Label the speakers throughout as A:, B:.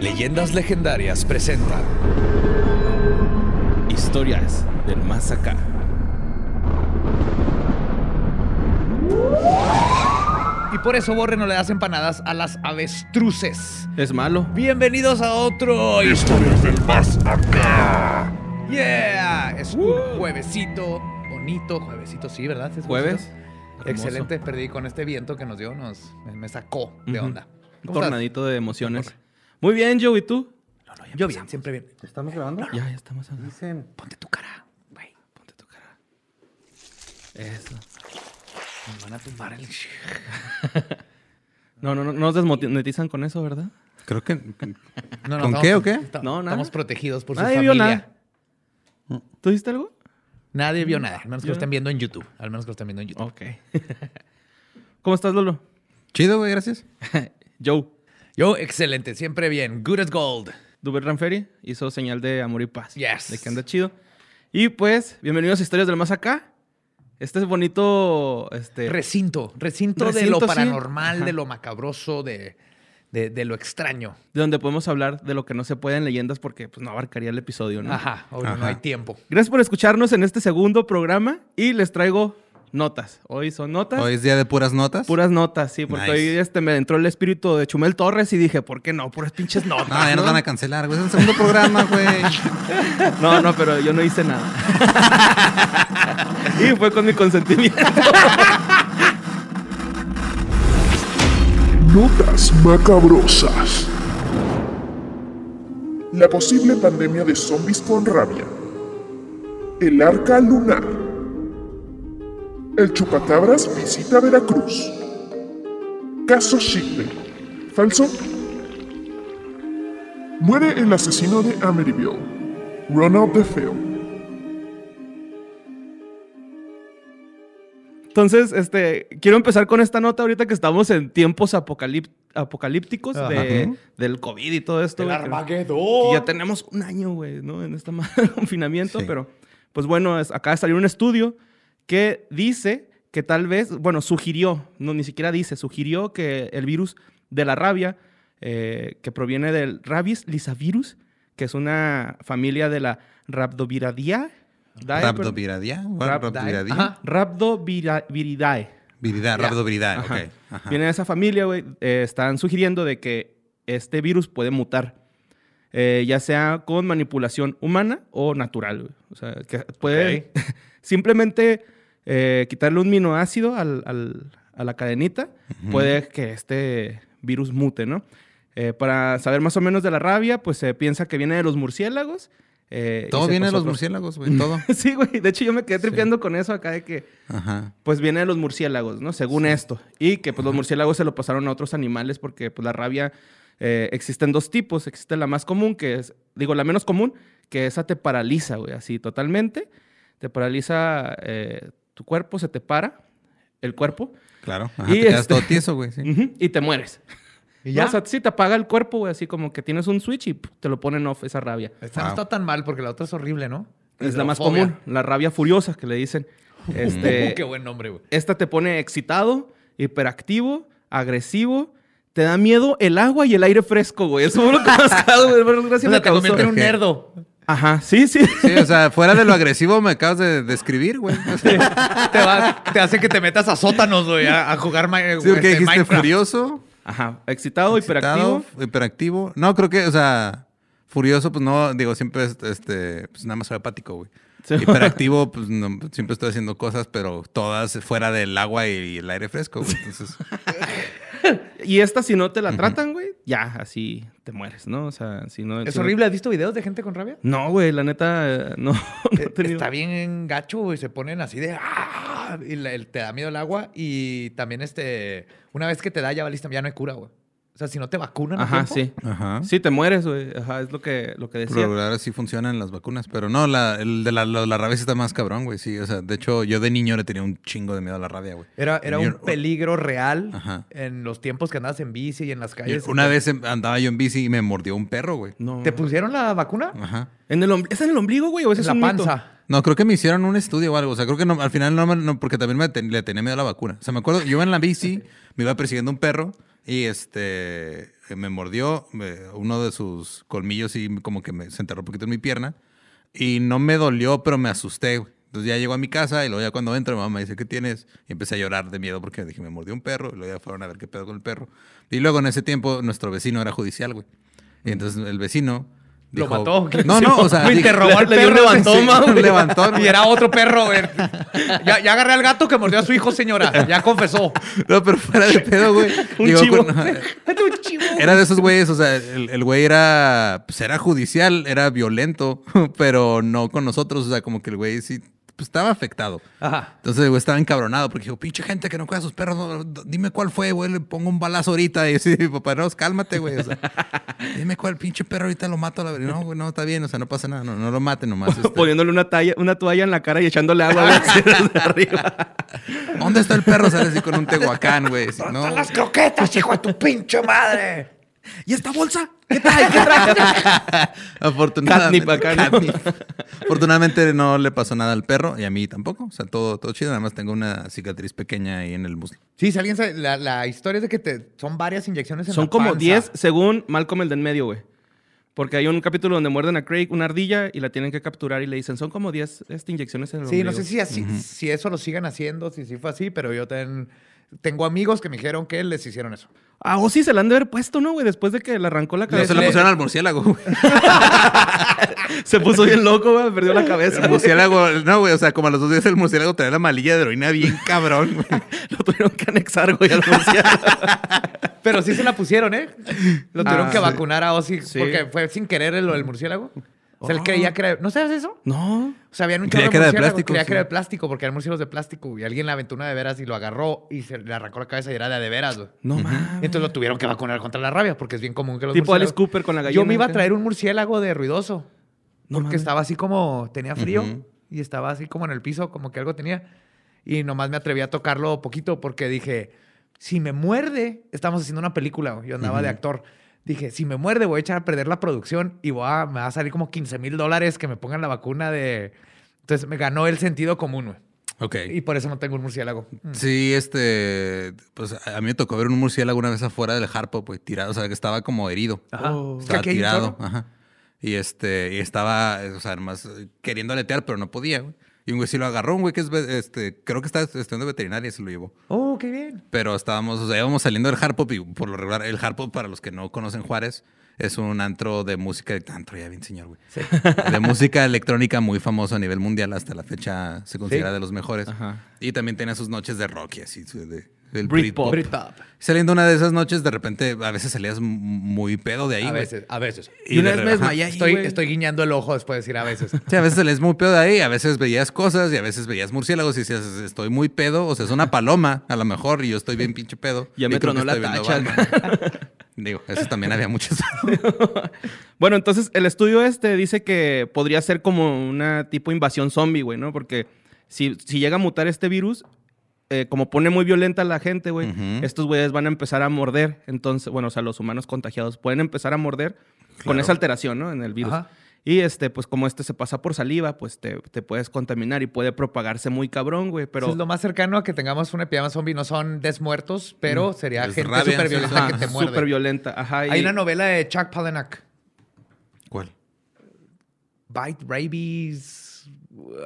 A: Leyendas Legendarias presenta
B: Historias del más acá.
A: Y por eso Borre no le das empanadas a las avestruces.
B: Es malo.
A: Bienvenidos a otro
C: Historias del Más Acá.
A: Yeah, es un juevesito bonito, juevesito sí, ¿verdad? ¿Sí es
B: Uh. Jueves.
A: juevesito?
B: Hermoso.
A: Excelente, perdí con este viento que nos dio, nos me, me sacó de
B: Ujú.
A: onda.
B: Un
A: ¿Cómo estás?
B: tornadito de emociones. Muy bien, Joe, ¿y tú?
A: Yo bien, pues, siempre bien.
D: ¿Estamos grabando?
B: Ya, ya estamos. hablando.
D: Dicen.
A: Ponte tu cara, güey.
B: Ponte tu cara. Eso.
A: Nos van a tumbar el
B: No, no, no, no nos desmonetizan con eso, ¿verdad?
D: Creo que.
A: No, no,
D: ¿Con
A: estamos-
D: qué o qué?
A: esta-
B: No, nada.
A: Estamos protegidos por su
B: Nadie
A: familia.
B: vio nada. Mm. ¿Tú hiciste algo?
A: Nadie vio nada, al menos que lo
B: Yo-
A: estén viendo en YouTube. Al menos que lo estén viendo en YouTube.
B: Ok. ¿Cómo estás, Lolo?
D: Chido, güey, gracias.
B: Joe.
A: Yo, excelente, siempre bien. Good as gold.
B: Duber Ranferi hizo señal de amor y paz.
A: Yes.
B: De que anda chido. Y pues, bienvenidos a Historias del Más Acá. Este es bonito. Este,
A: Recinto, recinto, de
B: Recinto,
A: lo
B: sí.
A: paranormal,
B: Ajá.
A: de lo macabroso, de, de- de lo extraño.
B: de donde podemos hablar de lo que no se puede en leyendas porque pues, no abarcaría el episodio, ¿no?
A: Ajá, hoy no
D: Ajá.
A: hay tiempo.
B: Gracias por escucharnos en este segundo programa y les traigo notas. Hoy son notas.
D: Hoy es día de puras notas.
B: Puras notas, sí, porque
D: Nice.
B: hoy este, me entró el espíritu de Chumel Torres y dije, ¿por qué no? Puras pinches notas.
D: No, ya nos van a cancelar, güey. Es el segundo programa, güey.
B: No, no, pero yo no hice nada. y fue con mi consentimiento.
C: Notas macabrosas. La posible pandemia de zombies con rabia. El arca lunar. El chupacabras visita Veracruz. Caso Schindler. ¿Falso? Muere el asesino de Amityville, Ronald DeFeo.
B: Entonces, este, quiero empezar con esta nota ahorita que estamos en tiempos apocalip- apocalípticos
A: Ajá.
B: de- del COVID y todo esto.
A: El
B: güey, que-
A: Armagedón.
B: que ya tenemos un año, güey, ¿no? En esta madre de confinamiento,
D: Sí.
B: pero pues bueno, es- acaba de salir un estudio que dice que tal vez, bueno, sugirió, no, ni siquiera dice, sugirió que el virus de la rabia, eh, que proviene del rabies lisavirus, que es una familia de la rhabdoviridae, dae, per-
D: Rabdoviradia.
B: Rab-
D: Rabdoviradia.
A: Ajá.
B: rhabdoviridae.
D: Viridad,
A: Ya.
D: rabdoviridae.
B: Ajá.
D: Ok. Ajá.
B: Viene de esa familia, güey. eh, están sugiriendo de que este virus puede mutar, eh, ya sea con manipulación humana o natural. güey. O sea, que puede simplemente eh, quitarle un minoácido al- al- a la cadenita, puede que este virus mute, ¿no? Eh, para saber más o menos de la rabia, pues se piensa que viene de los murciélagos. eh, y
D: Todo
B: se
D: viene de
B: pasó
D: los
B: a
D: murciélagos, güey. Todo.
B: otros- sí, güey. De hecho, yo me quedé tripeando con eso acá de que
D: Ajá.
B: pues viene de los murciélagos, ¿no? Según esto. Y que pues los murciélagos se lo pasaron a otros animales porque pues la rabia eh, existen dos tipos. Existe la más común, que es, digo, la menos común, que esa te paraliza, güey, así totalmente. Te paraliza eh, tu cuerpo, se te para el cuerpo
D: Claro. Ajá.
B: Y
D: Te quedas
B: este-
D: todo tieso, güey. sí.
B: ujú, y te mueres.
A: Y ya.
B: O sea, sí te apaga el cuerpo, güey, así como que tienes un switch y puf, te lo ponen off esa rabia.
A: Esta no
D: Wow.
A: está tan mal porque la otra es horrible, ¿no?
B: Es la más
A: Hidrofobia.
B: común, la rabia furiosa que le dicen. Este,
A: Uh, Qué buen nombre, güey.
B: Esta te pone excitado, hiperactivo, agresivo. Te da miedo el agua y el aire fresco, güey. Eso fue lo que más cago, güey. Por
A: O
B: desgracia,
A: sea,
B: me
A: te
B: causó.
A: convierte en un
D: Ok.
A: nerdo.
B: Ajá, sí, sí.
D: Sí, o sea, fuera de lo agresivo me acabas de describir, güey. O sea,
A: te, va- te hace que te metas a sótanos, güey, a, a jugar ma-
D: Sí, porque
A: este,
D: dijiste
A: Minecraft.
D: furioso,
B: Ajá, excitado,
D: excitado,
B: hiperactivo.
D: hiperactivo. No, creo que, o sea, furioso, pues no, digo, siempre, es- este, pues nada más soy apático, güey.
B: Sí.
D: Hiperactivo, pues no, siempre estoy haciendo cosas, pero todas fuera del agua y el aire fresco, güey. Entonces,
B: Y esta, si no te la tratan, güey, ya, así te mueres, ¿no? O sea, si no.
A: Es
B: si no-
A: horrible. ¿Has visto videos de gente con rabia?
B: No, güey, la neta, eh, no. no he
A: Eh,
B: tenido.
A: Está bien gacho, güey. Se ponen así de. "Ah", Y la- el- te da miedo el agua. Y también, este. Una vez que te da, ya valiste, ya no hay cura, güey. O sea, si no te vacunan. a
B: Ajá,
A: tiempo,
B: sí.
D: ajá.
B: Sí, te mueres, güey. Ajá, es lo que, lo que
D: Por
B: decía.
D: lo regular así funcionan las vacunas, pero no, la, el de la, la, la rabia sí está más cabrón, güey. Sí, o sea, de hecho, yo de niño le tenía un chingo de miedo a la rabia, güey.
A: Era, era
D: Yo-
A: un peligro real
D: Ajá.
A: en los tiempos que andabas en bici y en las
D: Yo-
A: calles.
D: Una vez em- andaba yo en bici y me mordió un perro, güey.
B: No.
A: ¿Te pusieron la vacuna? Pues
D: Ajá.
B: ¿En el ombli- ¿Es en el ombligo, güey? ¿O ese
A: en
B: es
A: la
B: un mito?
A: panza.
D: No, creo que me hicieron un estudio o algo. O sea, creo que no, al final no, me- no, porque también me ten- le tenía miedo a la vacuna. O sea, me acuerdo, yo iba en la bici, me iba persiguiendo un perro y este, eh, me mordió, me- uno de sus colmillos y como que me, se enterró un poquito en mi pierna. Y no me dolió, pero me asusté. güey. Entonces ya llegó a mi casa y luego ya cuando entro, mi mamá me dice, ¿qué tienes? Y empecé a llorar de miedo porque dije, me mordió un perro. Y luego ya fueron a ver qué pedo con el perro. Y luego en ese tiempo, nuestro vecino era judicial, güey. Y entonces el vecino...
A: Lo
D: dijo-
A: mató.
D: No, no, o sea...
A: Güey,
D: dije-
A: te robó el
B: le dio
A: perro.
B: un levantón,
A: güey.
D: un levantón,
A: Y era otro perro, güey. Ya, ya agarré al gato que mordió a su hijo, señora. Ya confesó.
D: No, pero fuera de pedo, güey.
B: Un
D: Llegó
B: chivo.
D: Era de esos güeyes, o sea, el, el güey era, pues era judicial, era violento, pero no con nosotros, o sea, como que el güey sí pues, estaba afectado.
A: Ajá.
D: Entonces el güey estaba encabronado porque dijo, pinche gente que no cuida a sus perros, no, no, dime cuál fue, güey, le pongo un balazo ahorita. Y así, papá, no, cálmate, güey, o sea, dime cuál pinche perro ahorita lo mato. a La... verga". No, güey, no, está bien, o sea, no pasa nada, no, no lo maten nomás. este,
B: Poniéndole una, talla, una toalla en la cara y echándole agua güey, así desde arriba.
D: ¿Dónde está el perro? Sale así con un tehuacán, güey. así, No,
A: las croquetas, hijo de tu pinche madre!
D: ¿Y esta bolsa? ¿Qué trae? ¿Qué trae? Afortunadamente.
B: Catnip acá, ¿no?
D: Catnip. Afortunadamente no le pasó nada al perro y a mí tampoco. O sea, todo, todo chido. Nada más tengo una cicatriz pequeña ahí en el muslo.
A: Sí, si alguien sabe, la, la historia es de que te, son varias inyecciones en
B: Son
A: la
B: como
A: panza.
B: 10 según Malcolm el de en medio, güey. Porque hay un capítulo donde muerden a Craig una ardilla y la tienen que capturar y le dicen, son como 10 este, inyecciones en el
A: Sí, no
B: ombligo".
A: sé si, así, si eso lo sigan haciendo, si sí fue así, pero yo ten- tengo amigos que me dijeron que les hicieron eso.
B: Ah, o sí, se la han de haber puesto, ¿no, güey? Después de que le arrancó la
D: No
B: cabeza.
D: se la
B: Le-
D: pusieron al murciélago, güey.
B: se puso bien loco, güey. Perdió la cabeza.
D: El
B: güey.
D: murciélago, no, güey. O sea, como a los dos días el murciélago trae la malilla de heroína bien cabrón, güey.
B: Lo tuvieron que anexar, güey, al murciélago.
A: Pero sí se la pusieron, ¿eh? Lo tuvieron
B: Ah,
A: que
B: sí.
A: vacunar a Ozzy
B: Sí. Oh.
A: porque fue sin querer el, lo del murciélago. O sea, él creía que era... ¿No sabes eso?
B: No.
A: O sea, habían un
D: Creía
A: chorro
D: que era de
A: murciélagos,
D: plástico,
A: Creía
D: sí.
A: que era de plástico porque eran murciélagos de plástico y alguien la aventó una de veras y lo agarró y se le arrancó la cabeza y era de, de veras, güey.
B: No mames.
A: Entonces lo tuvieron que vacunar contra la rabia porque es bien común que los
B: Tipo Alice
A: murciélagos-
B: Cooper con la gallina.
A: Yo me iba a
B: acá.
A: traer un murciélago de ruidoso.
B: No
A: porque
B: mames.
A: estaba así como, tenía frío
D: Ujú.
A: y estaba así como en el piso, como que algo tenía. Y nomás me atreví a tocarlo poquito porque dije, si me muerde, estamos haciendo una película, güey, yo andaba de actor. Dije, si me muerde, voy a echar a perder la producción y voy a- me va a salir como 15 mil dólares que me pongan la vacuna de... Entonces me ganó el sentido común, güey.
D: Ok.
A: Y por eso no tengo un murciélago. Mm.
D: Sí, este. Pues a a mí me tocó ver un murciélago una vez afuera del harpo, pues tirado. O sea, que estaba como herido.
A: Ajá.
B: Oh.
A: Es que
D: Estaba
A: aquí hay un
D: tirado.
A: chorro.
D: Ajá. Y este, y estaba, eh, o sea, nomás eh, queriendo aletear, pero no podía, güey. Y un güey sí lo agarró, un güey que es, ve- este, creo que está estudiando veterinaria y se lo llevó.
A: Oh, qué bien.
D: Pero estábamos, o sea, íbamos saliendo del Harpop y por lo regular, el Harpop, para los que no conocen Juárez, es un antro de música, antro ya bien señor, güey. De música electrónica muy famoso a nivel mundial, hasta la fecha se considera
A: Sí.
D: de los mejores.
B: Ajá.
D: Y también tenía sus noches de rock y así, su- de, del
B: Britpop.
D: Britpop.
A: Britpop.
D: Saliendo una de esas noches, de repente, a veces salías m- muy pedo de ahí,
A: A
D: güey.
A: veces, a veces.
B: Y una
D: de
B: vez
D: re-
B: me
D: ajá.
B: desmayé ahí,
A: Estoy,
B: güey.
A: estoy guiñando el ojo después de decir a veces.
D: Sí, a veces les muy pedo de ahí, a veces veías cosas y a veces veías murciélagos y decías, estoy muy pedo, o sea, es una paloma a lo mejor y yo estoy bien pinche pedo.
B: Ya
D: Y
B: me
D: creo que
B: tronó la
D: estoy viendo
B: tacha.
D: Batman. Digo, eso también había muchas.
B: Bueno, entonces el estudio este dice que podría ser como una tipo invasión zombie, güey, ¿no? Porque si, si llega a mutar este virus, eh, como pone muy violenta a la gente, güey,
D: Ujú.
B: estos güeyes van a empezar a morder. Entonces, bueno, o sea, los humanos contagiados pueden empezar a morder con esa alteración, ¿no? En el virus.
A: Ajá.
B: Y este, pues como este se pasa por saliva, pues te, te puedes contaminar y puede propagarse muy cabrón, güey. Pero
A: Eso es lo más cercano a que tengamos una epidemia zombie. No son desmuertos, pero sería
D: Es
A: gente
D: rabia,
A: súper violenta
D: sí,
A: que
D: sí.
A: te
D: Ajá,
A: muerde.
B: súper violenta. Ajá. y-
A: Hay una novela de Chuck Palahniuk.
D: ¿Cuál?
A: Bite, rabies...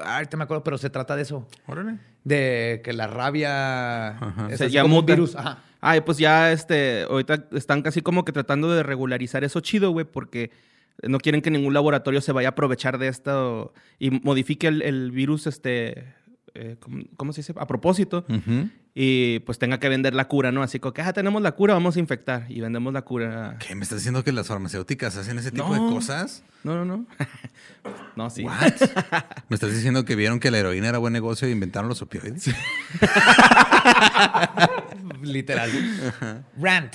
A: Ay, te me acuerdo, pero se trata de eso.
D: Órale.
A: De que la rabia... es
B: Se
A: así
B: llama
A: como un
B: muta.
A: virus. Ajá.
B: Ay, pues ya este, ahorita están casi como que tratando de regularizar eso chido, güey, porque no quieren que ningún laboratorio se vaya a aprovechar de esto y modifique el, el virus, este, eh, ¿cómo, cómo se dice? A propósito.
A: Mm.
B: Y pues tenga que vender la cura, ¿no? Así como que, ah, tenemos la cura, vamos a infectar. Y vendemos la cura.
D: ¿Qué? ¿Me estás diciendo que las farmacéuticas hacen ese tipo
B: No.
D: de cosas?
B: No, no, no. no, sí.
D: ¿What? ¿Me estás diciendo que vieron que la heroína era buen negocio e inventaron los opioides?
A: Literal. Rant.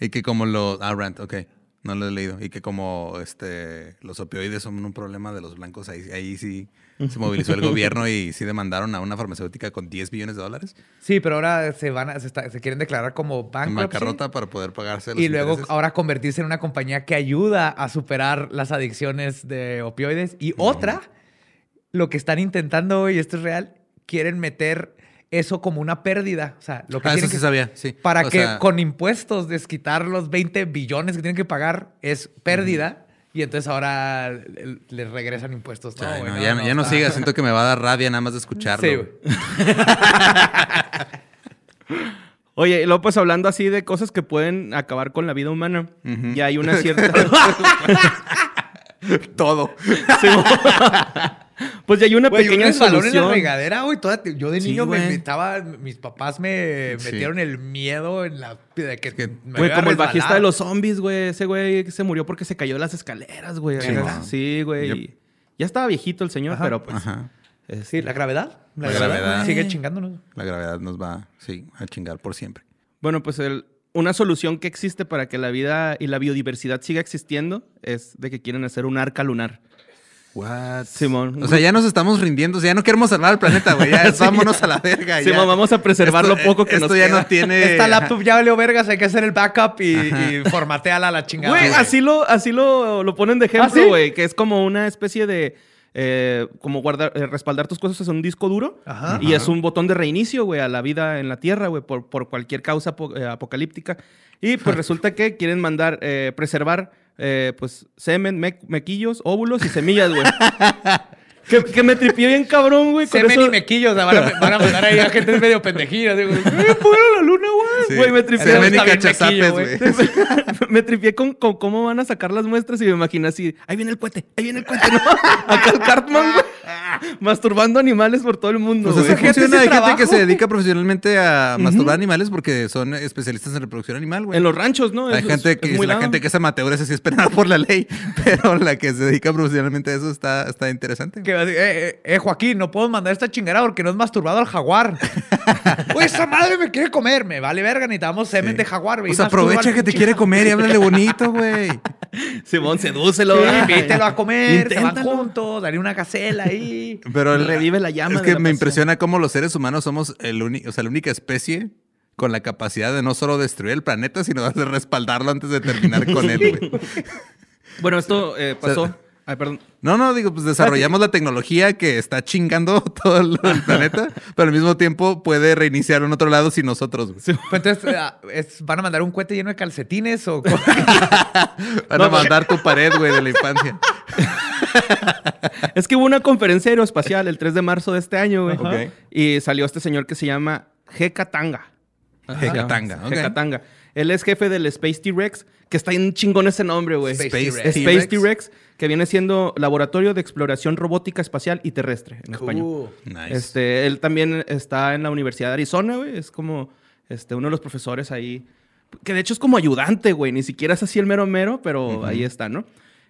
D: Y que como los... Ah, Rant, ok. No lo he leído. Y que como este los opioides son un problema de los blancos, ahí, ahí sí se movilizó el gobierno y sí demandaron a una farmacéutica con 10 billones de dólares
A: Sí, pero ahora se van a- se, está- se quieren declarar como
D: en
A: bankruptcy.
D: bancarrota para poder pagarse los
A: Y luego
D: intereses.
A: ahora convertirse en una compañía que ayuda a superar las adicciones de opioides. Y otra, lo que están intentando, y esto es real, quieren meter eso como una pérdida. O sea, lo que
D: Ah, eso
A: tienen
D: sí
A: que-
D: sabía, sí.
A: Para
D: O
A: que
D: sea-
A: con impuestos desquitar los 20 billones que tienen que pagar es pérdida. Y entonces ahora el- les regresan impuestos. No,
D: Ay,
A: güey,
D: no, ya, ya no
A: está-
D: sigas, siento que me va a dar rabia nada más de escucharlo.
A: Sí,
D: güey.
A: güey.
B: Oye, y luego pues hablando así de cosas que pueden acabar con la vida humana, ya hay una cierta...
D: Todo.
B: Sí, pues ya hay una
A: Güey, un
B: pequeña
A: resbalón en la
B: solución.
A: regadera, güey. toda- yo de
D: Sí,
A: niño me
D: güey.
A: invitaba, mis papás me
D: Sí.
A: metieron el miedo en la de que,
D: que,
A: me
B: Güey,
A: iba a
B: como el
A: resbalar.
B: bajista de los zombies, güey. Ese güey que se murió porque se cayó de las escaleras, güey.
D: Sí,
B: Acá-
D: wow.
B: Sí, güey.
D: Yep.
B: y Ya estaba viejito el señor,
A: Ajá.
B: pero pues...
D: Ajá.
B: este,
A: Sí, la gravedad. La,
D: La
A: gravedad.
D: gravedad.
A: Sigue chingándonos.
D: La gravedad nos va, sí, a chingar por siempre.
B: Bueno, pues el- una solución que existe para que la vida y la biodiversidad siga existiendo es de que quieren hacer un arca lunar.
D: What?
B: Simón.
D: O sea, ya nos estamos rindiendo. o sea, ya no queremos salvar al planeta, güey. Ya vámonos a la verga.
B: Sí,
D: ya.
B: ma, vamos a preservar
D: Esto- eh,
B: lo poco que
D: esto
B: nos
D: ya
B: queda.
D: no tiene.
A: Esta laptop ya valió vergas, hay que hacer el backup y, y formateala a la chingada.
B: Güey, así lo, así lo, lo ponen de
A: ¿Ah, sí?
B: ejemplo, güey, que es como una especie de. eh, como guardar, eh, respaldar tus cosas en un disco duro.
A: Ajá.
B: Y es un botón de reinicio, güey, a la vida en la Tierra, güey, por, por cualquier causa apo- eh, apocalíptica. Y pues resulta que quieren mandar, eh, preservar, eh, pues, semen, mec- mequillos, óvulos y semillas, güey. que, que me tripié bien cabrón, güey. con
A: Semen
B: eso.
A: y mequillos, o sea, van a, van a mandar ahí a gente medio pendejilla. Digo, ¡eh, fuera la luna, güey!
D: Sí.
B: Güey, me tripié.
D: Semen y
A: Está bien
D: cachazapes,
A: mequillo,
D: güey.
B: me tripié con, con cómo van a sacar las muestras y me imaginé así, ahí viene el cohete, ahí viene el cohete, ¿no? Acá el Cartman, güey, masturbando animales por todo el mundo,
D: Pues así
B: güey.
A: gente sí
D: funciona. Hay gente que
A: trabaja.
D: se dedica profesionalmente a masturbar animales porque son especialistas en reproducción animal, güey.
B: En los ranchos, ¿no?
D: Hay
B: Es-
D: gente
B: es-
D: que,
B: es muy
D: la
B: lado.
D: gente que es amateur, esa sí es penada por la ley, pero la que se dedica profesionalmente a eso está, está interesante.
A: Que va a decir, eh, eh, eh, Joaquín, no puedo mandar esta chingada porque no es masturbado al jaguar. Güey, esa madre me quiere comer. Me vale verga, necesitamos semen de jaguar, güey.
D: Pues aprovecha
A: Mastúrbalo,
D: que te
A: chingada.
D: quiere comer y háblale bonito, güey.
B: Simón, sedúcelo.
A: Sí,
B: güey.
A: Invítelo a comer, se van
B: Inténtalo.
A: juntos, daré una gacela ahí.
D: Pero el-
B: Revive la llama
D: Es
B: de
D: que
B: la
D: me
B: pasión.
D: impresiona cómo los seres humanos somos el uni- o sea, la única especie con la capacidad de no solo destruir el planeta, sino de respaldarlo antes de terminar con él, güey.
B: Bueno, esto eh,
D: sea,
B: pasó. Ay, perdón.
D: No, no, digo, pues desarrollamos la tecnología que está chingando todo el, el planeta, pero al mismo tiempo puede reiniciar en otro lado sin nosotros, güey.
A: Pues entonces, eh, es- ¿van a mandar un cohete lleno de calcetines o co-
D: Van a mandar tu pared, güey, de la infancia.
B: Es que hubo una conferencia aeroespacial el 3 de marzo de este año, güey.
D: Ok.
B: Y salió este señor que se llama Hecatanga.
D: Hecatanga, ok.
B: Hecatanga. Él es jefe del Space T-Rex, que está en chingón ese nombre, güey.
A: Space
D: T-Rex.
B: Space T-Rex, que viene siendo Laboratorio de Exploración Robótica Espacial y Terrestre en español.
A: Uh,
D: Nice.
B: Este, él también está en la Universidad de Arizona, güey. Es como este, uno de los profesores ahí. Que de hecho es como ayudante, güey. Ni siquiera es así el mero mero, pero ahí está, ¿no?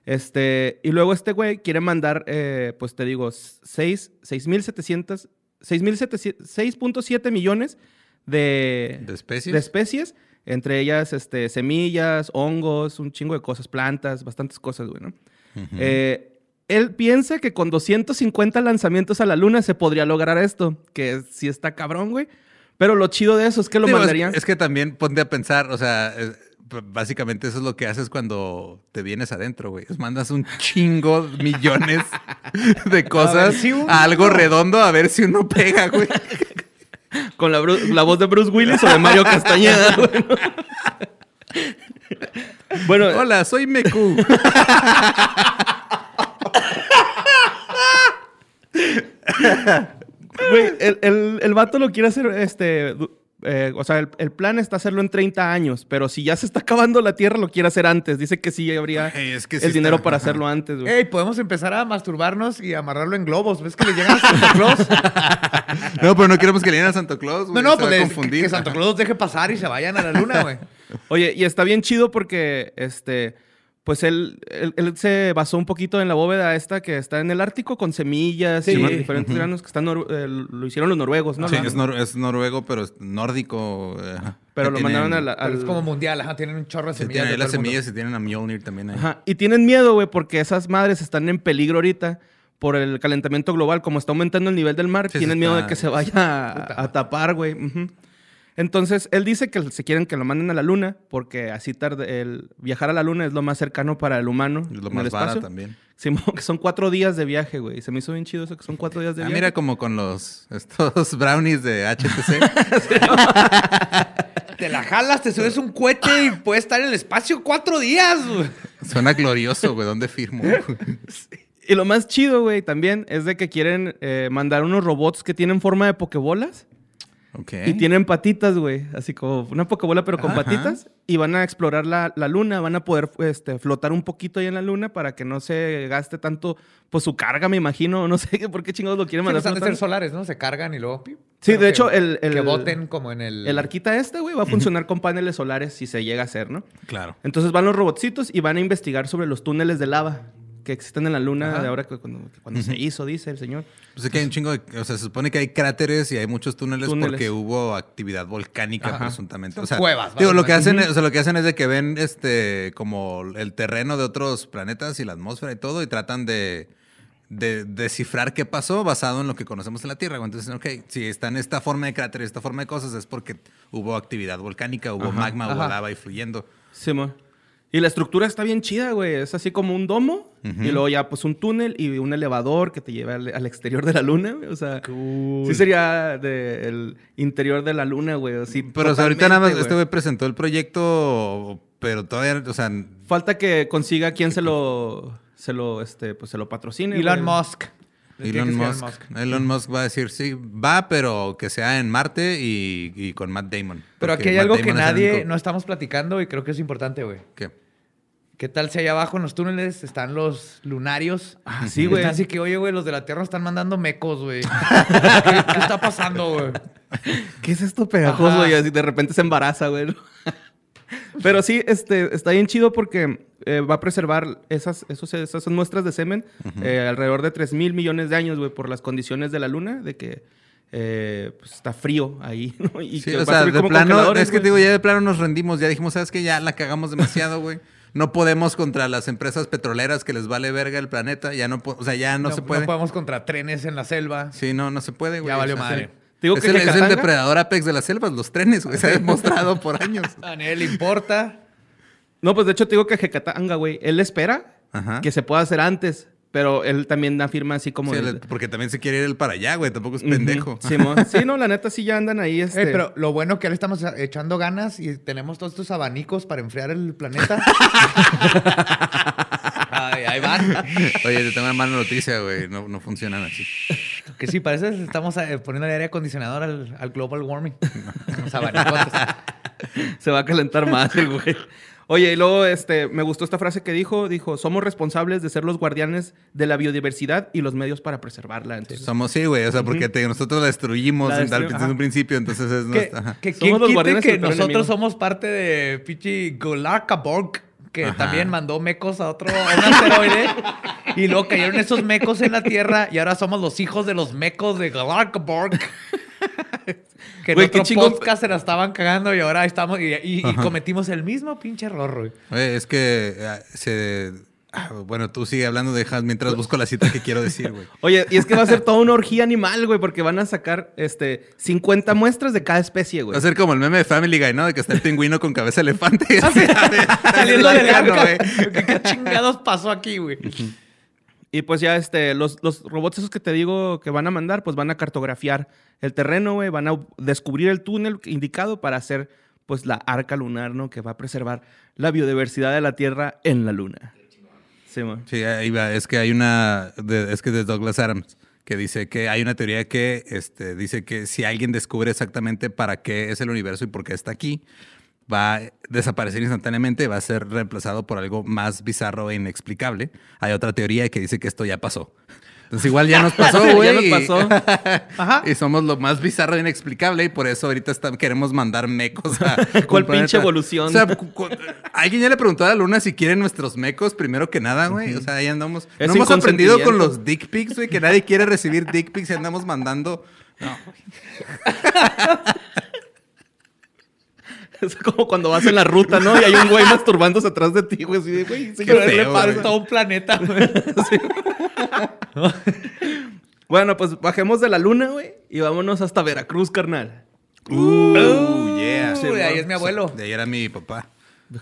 B: Este, y luego este güey quiere mandar, eh, pues te digo, 6, 6.700, 6.700, 6.7 millones de,
D: ¿De especies?
B: de especies, entre ellas este, semillas, hongos, un chingo de cosas, plantas, bastantes cosas, güey, ¿no?
D: Ujú.
B: Eh, él piensa que con 250 lanzamientos a la luna se podría lograr esto, que es- sí está cabrón, güey. Pero lo chido de eso es que lo
D: Digo, es-
B: mandarían.
D: Es, que también ponte a pensar, o sea, es- b- básicamente eso es lo que haces cuando te vienes adentro, güey. Es Mandas un chingo, millones de
A: A ver
D: cosas
A: si uno-
D: a algo redondo a ver si uno pega, güey.
B: Con la, Bru- la voz de Bruce Willis o de Mario Castañeda, güey, ¿no? Bueno,
D: Hola, soy Meku.
B: güey, el, el- el vato lo quiere hacer, este, du- eh, o sea, el, el plan está hacerlo en 30 años, pero si ya se está acabando la Tierra, lo quiere hacer antes. Dice que sí habría
D: Ey, es que sí
B: el dinero
D: está-
B: para
D: ajá.
B: hacerlo antes, güey.
A: Ey, podemos empezar a masturbarnos y amarrarlo en globos. ¿Ves que le llegan a Santa Claus?
D: No, pero no queremos que le den a Santo Claus,
A: No,
D: güey.
A: no,
D: Se va
A: pues
D: a
A: les- que,
D: confundir.
A: que Santa Claus los deje pasar y se vayan a la luna, güey.
B: Oye, y está bien chido porque, este, pues él, él, él se basó un poquito en la bóveda esta que está en el Ártico con semillas
A: Sí.
B: y diferentes granos que están, nor- eh, lo hicieron los noruegos, ¿no?
D: Sí,
B: Ajá.
D: es, nor- es noruego, pero es nórdico. eh, ajá.
B: Pero
D: Que
B: lo
D: tienen-
B: mandaron a la... al-
A: Pero es como mundial, ajá, tienen un chorro de
D: Se
A: semillas.
D: tienen ahí
A: de
D: las
A: todo el mundo.
D: semillas y tienen a Mjolnir también ahí.
B: Ajá. Y tienen miedo, güey, porque esas madres están en peligro ahorita por el calentamiento global. Como está aumentando el nivel del mar,
D: Sí,
B: tienen
D: sí
B: miedo de
D: está-
B: que se vaya a, a tapar, güey. Ujú. Entonces, él dice que se quieren que lo manden a la luna porque así tarde... El viajar a la luna es lo más cercano para el humano.
D: Es
B: en
D: lo
B: el
D: más barato
B: espacio.
D: también.
B: Simón, que son cuatro días de viaje, güey. Se me hizo bien chido eso, que son cuatro días de
D: Ah,
B: viaje.
D: mira como con los estos brownies de HTC.
A: Te la jalas, te subes un cohete y puedes estar en el espacio cuatro días. güey.
D: Suena glorioso, güey. ¿Dónde firmo?
B: Y lo más chido, güey, también es de que quieren eh, mandar unos robots que tienen forma de pokebolas
D: Ok.
A: ¿Eh?
B: y tienen patitas, güey. Así como una pokebola, pero con
D: Ajá.
B: patitas. Y van a explorar la, la luna, van a poder este, flotar un poquito ahí en la luna para que no se gaste tanto, pues su carga, me imagino. No sé por qué chingados lo quieren
A: Sí,
B: mandar.
A: pues han de
B: flotando.
A: ser solares, ¿no? Se cargan y luego... pip.
B: Sí,
A: Pero
B: de
A: que-
B: hecho, el- el-
A: que boten como en el...
B: El arquita este, güey, va a funcionar con paneles solares si se llega a hacer, ¿no?
D: Claro.
B: Entonces van los robotcitos y van a investigar sobre los túneles de lava que existen en la luna
A: Ajá.
B: de ahora que cuando, que cuando se hizo, dice el señor.
D: Pues es que hay un chingo de- O sea, se supone que hay cráteres y hay muchos túneles,
B: Túneles.
D: porque hubo actividad volcánica presuntamente.
A: Son
D: O sea,
A: cuevas,
D: Digo, lo que,
A: básicamente.
D: hacen, o sea, lo que hacen es de que ven este como el terreno de otros planetas y la atmósfera y todo y tratan de, de descifrar qué pasó basado en lo que conocemos en la Tierra. güey. Entonces, ok, si está en esta forma de cráteres, esta forma de cosas, es porque hubo actividad volcánica, hubo magma, hubo
A: ajá.
D: lava y fluyendo.
B: Simón. Y la estructura está bien chida, güey. Es así como un domo y luego ya pues un túnel y un elevador que te lleve al, al exterior de la luna, güey. O sea, sí sería del interior de la luna, güey. Así
D: Pero o sea, ahorita nada más
B: totalmente,
D: este güey presentó el proyecto, pero todavía, o sea,
B: Falta que consiga quien
D: pues.
B: se lo, se lo, este, pues se lo patrocine.
A: Elon
B: güey.
A: Musk. Le tiene que
D: Elon
A: ser
D: Musk, Elon Musk va a decir, sí, va, pero que sea en Marte y, y con Matt Damon.
A: Pero aquí
D: Porque
A: hay
D: Matt
A: algo
D: Damon
A: que
D: es el
A: nadie...
D: único-
A: No estamos platicando y creo que es importante, güey.
D: ¿Qué?
A: ¿Qué tal si allá abajo en los túneles están los lunarios?
B: Ah, sí, güey.
A: Están Así que, oye, güey, los de la Tierra están mandando mecos, güey. ¿Qué, qué está pasando, güey?
B: ¿Qué es esto pegajoso?
A: Ajá.
B: Y así de repente se embaraza, güey. ¿no? Pero sí, este, está bien chido porque eh, va a preservar esas, esos, esas muestras de semen eh, alrededor de 3 mil millones de años, güey, por las condiciones de la luna, de que eh, pues, está frío ahí, ¿no? Y
D: Sí,
B: que
D: o
B: va a
D: sea,
B: servir
D: de
B: como
D: plano,
B: congeladores,
D: es que te
B: güey.
D: digo, ya de plano nos rendimos, ya dijimos, ¿sabes qué? Ya la cagamos demasiado, güey. No podemos contra las empresas petroleras que les vale verga el planeta, ya no, po- o sea, ya no, se puede.
A: podemos contra trenes en la selva.
D: Sí, no, no se puede, güey.
A: Ya valió
D: O sea,
A: madre.
B: Te digo
D: es,
B: que
D: el, es el
B: Jecatanga-
D: depredador apex de las selvas, los trenes, güey. Se ha demostrado por años.
A: A nadie le importa.
B: No, pues de hecho te digo que Jecatanga, güey, él espera
D: Ajá.
B: que se pueda hacer antes, pero él también afirma así como...
D: Sí,
B: de-
D: el- porque también se quiere ir él para allá, güey. Tampoco es
B: Ujú,
D: pendejo.
B: Simón. Sí, no, la neta sí ya andan ahí, este...
A: Eh, pero lo bueno que ahora estamos e-, echando ganas y tenemos todos estos abanicos para enfriar el planeta. Ay, ahí van.
D: Oye, te tengo una mala noticia, güey. No, no funcionan así.
A: Que sí, parece que estamos eh, poniendo el aire acondicionador al, al global warming. Los abanicos.
B: Se va a calentar más el güey. Oye, y luego este, me gustó esta frase que dijo. Dijo, somos responsables de ser los guardianes de la biodiversidad y los medios para preservarla. Entonces,
D: Somos sí, güey. O sea, porque te- nosotros la destruimos
B: La
D: en tal-
B: destruimos,
D: desde
B: ajá.
D: un principio, entonces es
A: Que,
D: nuestra. ajá.
A: que
B: Somos
A: ¿quién
B: los
A: quite
B: guardianes
A: que
B: del peor
A: nosotros
B: enemigo.
A: somos parte de Pichi Golakaborg, que
D: Ajá.
A: también mandó mecos a otro a un asteroide. y luego cayeron esos mecos en la Tierra y ahora somos los hijos de los mecos de Golakaborg. que en
B: Güey, qué
A: otro
B: chingón.
A: podcast se la estaban cagando y ahora estamos y, y- y cometimos el mismo pinche error, güey.
D: Oye, es que eh, se. ah, Bueno, tú sigue hablando de Hans mientras busco la cita que quiero decir, güey.
B: Oye, y es que va a ser toda una orgía animal, güey, porque van a sacar este, 50 muestras de cada especie,
D: Va
B: güey.
D: a ser como el meme de Family Guy, ¿no? De que está el pingüino con cabeza de elefante.
B: Ah,
A: Saliendo
D: Saliendo
A: del
D: arca,
A: arca. ¿Qué, qué chingados pasó aquí, güey?
B: Y pues ya este, los, los robots esos que te digo que van a mandar, pues van a cartografiar el terreno, güey, van a descubrir el túnel indicado para hacer pues la arca lunar, ¿no? Que va a preservar la biodiversidad de la Tierra en la Luna. Sí, man.
D: Sí, ahí va. Es que hay una. de- es que de Douglas Adams, que dice que hay una teoría que este, dice que si alguien descubre exactamente para qué es el universo y por qué está aquí, va a desaparecer instantáneamente, va a ser reemplazado por algo más bizarro e inexplicable. Hay otra teoría que dice que esto ya pasó. Entonces, igual ya nos pasó,
B: Ya
D: güey.
B: nos
D: y-
B: pasó.
A: Ajá.
D: Y somos lo más bizarro e inexplicable y por eso ahorita está- queremos mandar mecos a...
B: ¿Cuál
D: un planeta.
B: pinche evolución?
D: O sea, cu- cu- alguien ya le preguntó a la luna si quieren nuestros mecos primero que nada, güey. O sea, ahí andamos...
B: Es
D: no
B: sin
D: hemos aprendido con
B: consentimiento.
D: los dick pics, güey, que nadie quiere recibir dick pics y andamos mandando...
B: Es como cuando vas en la ruta, ¿no? Y hay un güey masturbándose atrás de ti, güey. así de, güey, sí,
D: Qué
B: pero le
D: feo,
B: pasa.
D: güey.
A: Todo un planeta, güey.
B: Bueno, pues bajemos de la luna, güey, y vámonos hasta Veracruz, carnal.
D: Uh, yeah.
A: Uy, ahí es mi abuelo.
D: De ahí era mi papá.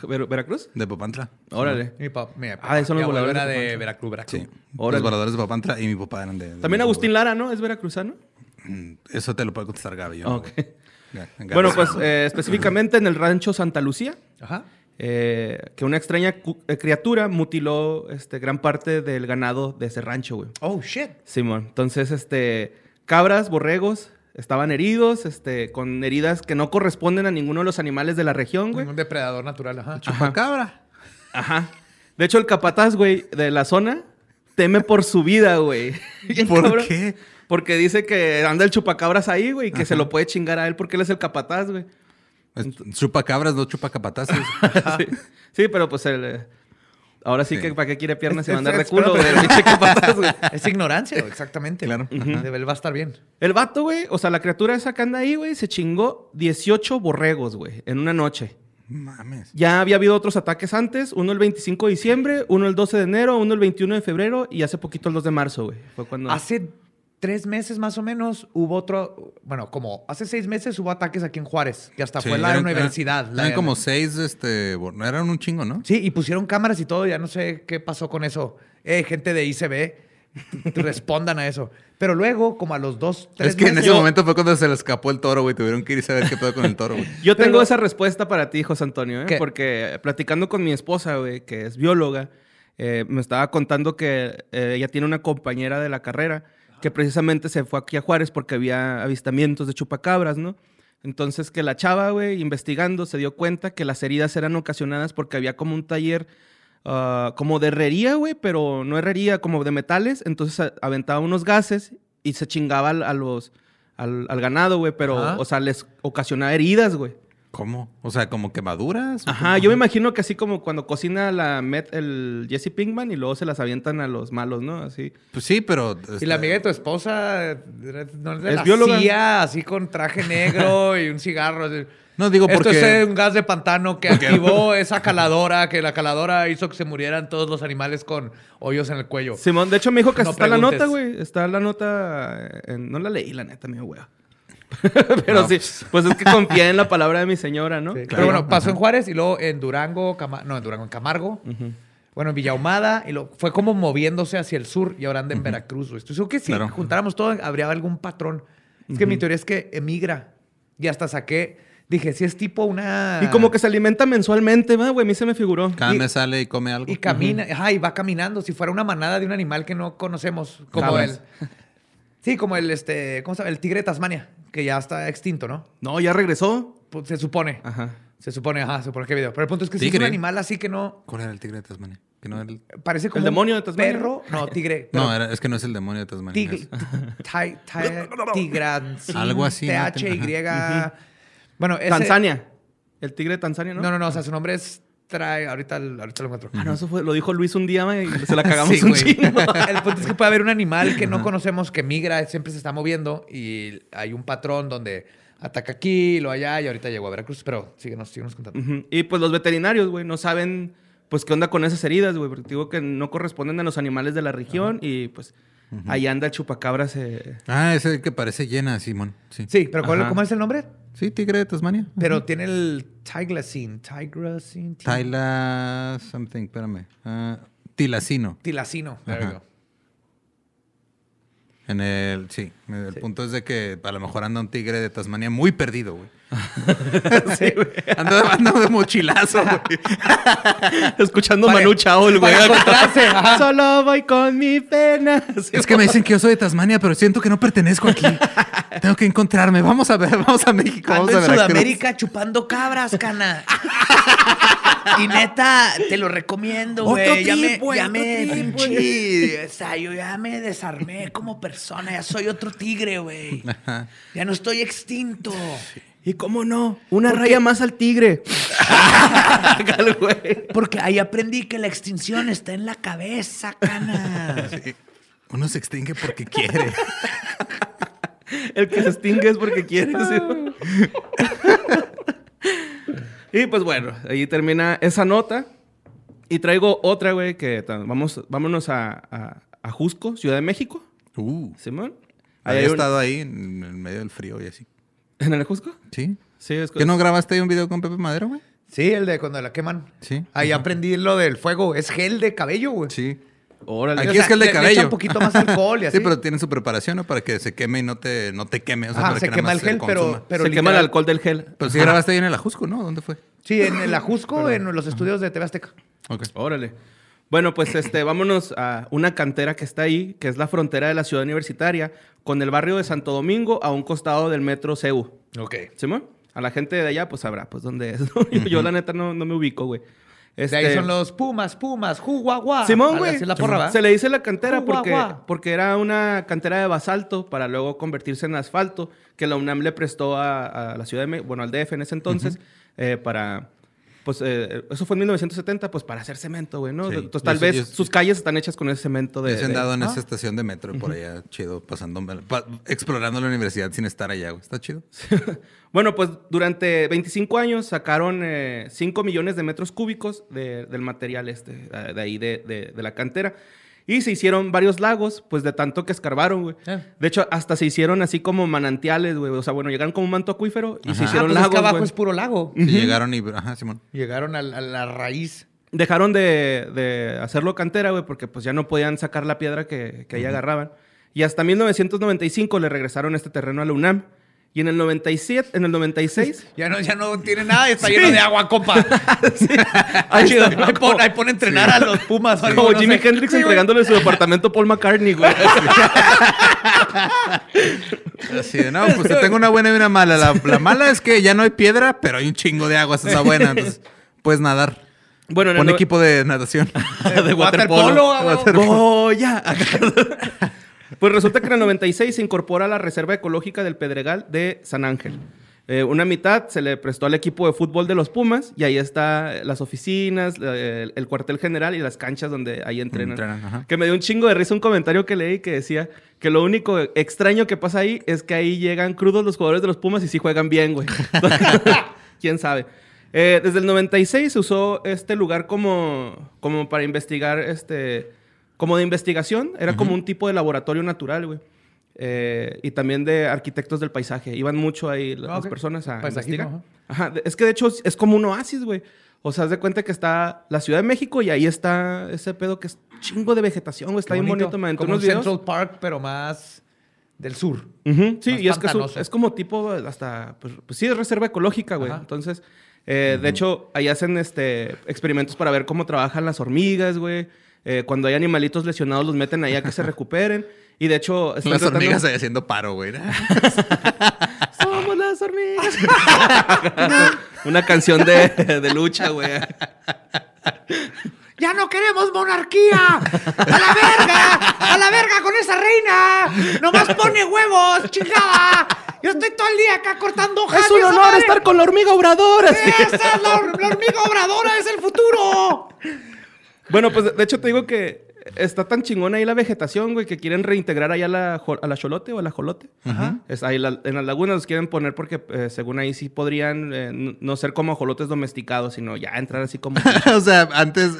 B: ¿Ver- ¿Veracruz?
D: De Papantla.
B: Órale.
A: Mi papá, mi papá.
B: Ah, esos son los
A: mi abuelo
B: voladores
A: era
B: de
A: de
B: Papantla.
A: Veracruz, Veracruz.
D: Sí.
B: Órale.
D: Los voladores de Papantla y mi papá eran de. de-
B: También Agustín Lara, ¿no? ¿Es veracruzano?
D: Mm, Eso te lo puede contestar Gaby. yo no,
B: Ok.
D: güey. Ga- Gaby.
B: Bueno, pues eh, específicamente en el rancho Santa Lucía,
A: Ajá.
B: eh, que una extraña cu- eh, criatura mutiló este, gran parte del ganado de ese rancho, güey.
A: Oh, shit.
B: Simón. Entonces, este, cabras, borregos, estaban heridos, este, con heridas que no corresponden a ninguno de los animales de la región, güey.
A: Un depredador natural, ajá.
D: Chupacabra.
B: Ajá. De hecho, el capataz, güey, de la zona, teme por su vida, güey. eh, Bien
D: ¿Por qué?
B: Porque dice que anda el chupacabras ahí, güey, y que se lo puede chingar a él porque él es el capataz, güey.
D: Es- Chupacabras, no chupacapataces.
B: sí. Sí, pero pues el, eh, ahora sí,
D: Sí.
B: que para qué quiere piernas y
A: Es-
B: mandar
A: es-
B: de culo,
A: espérate.
B: güey. El pinche capataz, güey.
A: Es ignorancia, güey, exactamente.
D: Claro.
A: Ajá. De- Él va a estar bien.
B: El vato, güey, o sea, la criatura esa que anda ahí, güey, se chingó 18 borregos, güey, en una noche.
D: Mames.
B: Ya había habido otros ataques antes, uno el 25 de diciembre, uno el 12 de enero, uno el 21 de febrero y hace poquito el 2 de marzo, güey. Fue cuando...
A: Hace tres meses más o menos hubo otro, bueno, como hace seis meses hubo ataques aquí en Juárez, que hasta
D: Sí,
A: fue la
D: eran-
A: universidad.
D: Eran,
A: la-
D: eran como seis, este. bueno, Eran un chingo, ¿no?
A: Sí, y pusieron cámaras y todo, ya no sé qué pasó con eso. Eh, gente de ICB, respondan a eso. Pero luego, como a los dos, tres
D: Es que en
A: meses-
D: ese momento fue cuando se le escapó el toro, güey. Tuvieron que ir a ver qué pedo con el toro, güey.
B: Yo
A: Pero
B: tengo
A: lo-
B: esa respuesta para ti, José Antonio, ¿eh?
A: ¿Qué?
B: porque platicando con mi esposa, güey, que es bióloga, eh, me estaba contando que eh, ella tiene una compañera de la carrera que precisamente se fue aquí a Juárez porque había avistamientos de chupacabras, ¿no? Entonces que la chava, güey, investigando, se dio cuenta que las heridas eran ocasionadas porque había como un taller ah, como de herrería, güey, pero no herrería, como de metales. Entonces a- aventaba unos gases y se chingaba al- a los... Al, al ganado, güey, pero,
A: Ajá.
B: o sea, les ocasionaba heridas, güey.
D: ¿Cómo? O sea, como quemaduras.
B: Ajá, yo me imagino que así como cuando cocina la Met, el Jesse Pinkman y luego se las avientan a los malos, ¿no? Así.
D: Pues sí, pero.
A: Y
D: este,
A: la amiga de tu esposa, eh, no es de
B: Es
A: la
B: bióloga.
A: CIA, así con traje negro y un cigarro. así.
D: No digo
A: Esto
D: porque.
A: es un gas de pantano que activó esa caladora, que la caladora hizo que se murieran todos los animales con hoyos en el cuello.
B: Simón, de hecho me dijo que
A: No
B: hasta está la
A: preguntes.
B: nota, güey. Está la nota. en- no la leí, la neta, mi hueva. Pero
D: No,
B: sí, pues es que confié en la palabra de mi señora, ¿no?
A: Sí, Pero
D: claro.
A: bueno, pasó en Juárez y luego en Durango, Cama- no, en Durango, en Camargo. Bueno, en Villahumada, y lo, fue como moviéndose hacia el sur y ahora anda en Veracruz. güey. Estoy seguro que si
D: Claro.
A: juntáramos todo, habría algún patrón. Es que mi teoría es que emigra. Y hasta saqué, dije, si es tipo una.
B: Y como que se alimenta mensualmente, ¿va, güey? A mí se me figuró.
D: Cada
A: y-
D: mes sale y come algo.
A: Y camina, ajá, y va caminando. Si fuera una manada de un animal que no conocemos, como
B: Cabras.
A: el. Sí, como el este, ¿cómo se llama? El tigre de Tasmania, que ya está extinto, ¿no?
B: No, ya regresó.
A: Pues, se supone.
B: Ajá.
A: Se supone, ajá, se supone que video. Pero el punto es que si es un
D: Ah. Tigre.
A: animal así que no.
D: ¿Cuál era el tigre de Tasmania? Que no era el-
A: Parece como.
B: ¿El
A: un
B: demonio de Tasmania?
A: Perro. No, tigre. pero
D: No, era- es que no es el demonio de Tasmania.
A: tigre.
D: es-
A: ti- ti- Tigran.
D: Algo así, ¿no?
A: THY. Bueno, ese.
B: Tanzania. El tigre de Tanzania, ¿no?
A: No, no, no. O sea, su nombre es. Trae. Ahorita, ahorita lo encuentro.
B: Ah, no, eso fue, lo dijo Luis un día, güey, y se la cagamos
A: Sí,
B: un
A: güey.
B: chingo.
A: El punto es que puede haber un animal que no conocemos que migra, siempre se está moviendo y hay un patrón donde ataca aquí, lo allá y ahorita llegó a Veracruz. Pero síguenos, síguenos contando.
B: Ujú. Y pues los veterinarios, güey, no saben pues qué onda con esas heridas, güey, porque te digo que no corresponden a los animales de la región y pues ahí anda el chupacabras. eh.
D: Ah, ese que parece llena, Simón. Sí.
A: Sí, pero ¿cuál-
B: Ajá.
A: ¿cómo es el nombre?
D: Sí, tigre de Tasmania.
A: Pero tiene el tiglacin, tigracin, ti-
D: Tyla something, espérame. Ah, tilacino.
A: tilacino. There we
D: Ajá.
A: go.
D: En el, sí. El punto es de que a lo mejor anda un tigre de Tasmania muy perdido, güey.
A: Sí, güey.
D: Anda, anda de mochilazo, güey.
B: Escuchando
A: Para-
B: Manu Chao, el güey.
A: para encontrarse, ajá.
B: Solo voy con mi pena. Sí,
D: Es que me dicen que yo soy de Tasmania, pero siento que no pertenezco aquí. Tengo que encontrarme. Vamos a ver, vamos a México,
A: Ando
D: vamos a
A: en
D: Veracruz.
A: Sudamérica chupando cabras, cana. Y neta, te lo recomiendo,
D: Otro
A: güey. Ya me,
D: trip, güey,
A: ya
D: otro
A: me,
D: trip,
A: pinche,
D: güey.
A: o sea, yo ya me desarmé como persona. Ya soy otro tigre, güey. Ya no estoy extinto.
B: Y cómo no, una raya más al tigre. Acá el güey.
A: Porque ahí aprendí que la extinción está en la cabeza, cana.
D: Uno se extingue porque quiere.
B: El que se extingue es porque quiere. ¿sí? y pues bueno, ahí termina esa nota. Y traigo otra, güey, que ta- vamos, vámonos a, a, a Jusco, Ciudad de México.
D: Uh,
B: Simón. Ahí
D: había
B: hay un-
D: estado ahí en en medio del frío y así.
B: ¿En el Jusco?
D: ¿Sí?
B: Sí, es
A: Pues
D: ¿Que no grabaste ahí un video con Pepe Madero, güey?
A: Sí, el de cuando la queman.
D: Sí.
A: Ahí aprendí lo del fuego. Es gel de cabello, güey.
D: Sí.
B: Órale.
D: Aquí
A: O sea,
D: es que el de
A: le- le
D: cabello.
A: echa un poquito más alcohol y así.
D: Sí, pero tienen su preparación, ¿no? Para que se queme y no te, no te queme. O sea,
A: Ajá,
D: para
A: se
D: que nada
A: quema el
D: más
A: gel, pero,
D: consuma.
A: pero
B: se quema
A: literal-
B: el
A: Pues
B: alcohol del gel.
D: Pero si grabaste ahí en el Ajusco, ¿no? ¿Dónde fue?
A: Sí, en el Ajusco, en los estudios de TV Azteca.
D: Ok.
B: Órale. Bueno, pues este, vámonos a una cantera que está ahí, que es la frontera de la ciudad universitaria, con el barrio de Santo Domingo, a un costado del metro CEU.
A: Ok.
B: ¿Simón? A la gente de allá, pues sabrá, pues dónde es. ¿no? Yo, yo, la neta no, no me ubico, güey.
A: De
B: Este,
A: ahí son los Pumas, Pumas, Juguagua.
B: Simón,
A: Algo
B: güey.
A: así es la porra, ¿va?
B: Se le dice la cantera
A: Guau,
B: porque,
A: guau.
B: porque era una cantera de basalto para luego convertirse en asfalto que la UNAM le prestó a, a la ciudad de México, bueno, al DF en ese entonces, eh, para. Pues eh, eso fue en 1970, pues para hacer cemento, güey, ¿no?
D: Sí.
B: Entonces
D: Yo
B: tal
D: sí-
B: vez
D: yo-
B: sus calles están hechas con ese cemento de.
D: Yo sí he
B: de- Ah,
D: andado en esa estación de metro por allá, chido, pasando, pa- explorando la universidad sin estar allá, güey. Está chido.
B: Bueno, pues durante 25 años sacaron 5 millones de metros cúbicos de- del material este, eh, de ahí de, de- de la cantera. Y se hicieron varios lagos, pues de tanto que escarbaron, güey.
A: Ah.
B: De hecho, hasta se hicieron así como manantiales, güey. O sea, bueno, llegaron como un manto acuífero y se
D: Ajá.
A: Ah,
B: hicieron
A: pues es
B: lagos,
A: que abajo
B: güey.
A: es puro lago.
D: Sí, llegaron y. Ajá, Simón.
A: Llegaron al- a, la raíz.
B: Dejaron de, de hacerlo cantera, güey, porque pues ya no podían sacar la piedra que, que ahí agarraban. Y hasta 1995 le regresaron este terreno a la UNAM. Y en el 97, en el 96...
A: Ya no, ya no tiene nada y está lleno de agua, compa.
B: Ahí
A: Chido.
B: está,
A: Ahí pon, ahí pon a entrenar a los Pumas. eh. o algo,
B: Como
A: no
B: Jimi
A: sé.
B: Hendrix
A: Sí, güey.
B: entregándole su departamento a Paul McCartney, güey.
D: Así de, no, pues te tengo una buena y una mala. La, la mala es que ya no hay piedra, pero hay un chingo de agua. Esa es la buena. Entonces, puedes nadar.
B: Bueno, en
D: Pon
B: el
D: equipo de nadación.
B: de
A: waterpolo,
B: waterpolo.
A: ah,
B: Goya. pues resulta que en el 96 se incorpora a la Reserva Ecológica del Pedregal de San Ángel. Eh, una mitad se le prestó al equipo de fútbol de los Pumas y ahí está las oficinas, la- el, el cuartel general y las canchas donde ahí entrenan.
D: Entrenan, ajá.
B: que me dio un chingo de risa un comentario que leí que decía que lo único extraño que pasa ahí es que ahí llegan crudos los jugadores de los Pumas y sí juegan bien, güey. ¿Quién sabe? Eh, desde el 96 se usó este lugar como, como para investigar, este, como de investigación. Era como un tipo de laboratorio natural, güey. Eh, y también de arquitectos del paisaje. Iban mucho ahí las
A: Ah, ok.
B: personas a
A: Paisajismo,
B: investigar. Ajá, de- es que de hecho es- es como un oasis, güey. O sea, haz de cuenta que está la Ciudad de México y ahí está ese pedo que es chingo de vegetación, güey. Está
A: Qué
B: bien bonito, me aventé
A: Como un
B: unos videos.
A: Central Park, pero más del sur.
B: Ujú, Sí,
A: Más
B: y es que es, un-
A: pantanoso.
B: es como tipo hasta, pues, pues sí, es reserva ecológica, güey.
A: Ajá.
B: Entonces, eh, de hecho, ahí hacen este, experimentos para ver cómo trabajan las hormigas, güey. Eh, cuando hay animalitos lesionados los meten ahí a que se recuperen. Y de hecho, están
D: Las
B: tratando-
D: hormigas ahí haciendo paro, güey.
B: Somos las hormigas. Una canción de, de lucha, güey.
A: ¡Ya no queremos monarquía! ¡A la verga! ¡A la verga con esa reina! ¡Nomás pone huevos, chingada! Yo estoy todo el día acá cortando hojas.
B: Es un
A: ¡Esa
B: honor
A: madre-
B: estar con la hormiga obradora. así.
A: ¡Esa es la, hor- la hormiga obradora! ¡Es el futuro!
B: Bueno, pues de- de hecho te digo que está tan chingona ahí la vegetación, güey, que quieren reintegrar allá a la, jo- a la cholote o a la jolote.
A: Ajá.
B: Es ahí la- en las lagunas los quieren poner porque eh, según ahí sí podrían eh, n- no ser como ajolotes domesticados, sino ya entrar así como...
D: o sea, antes.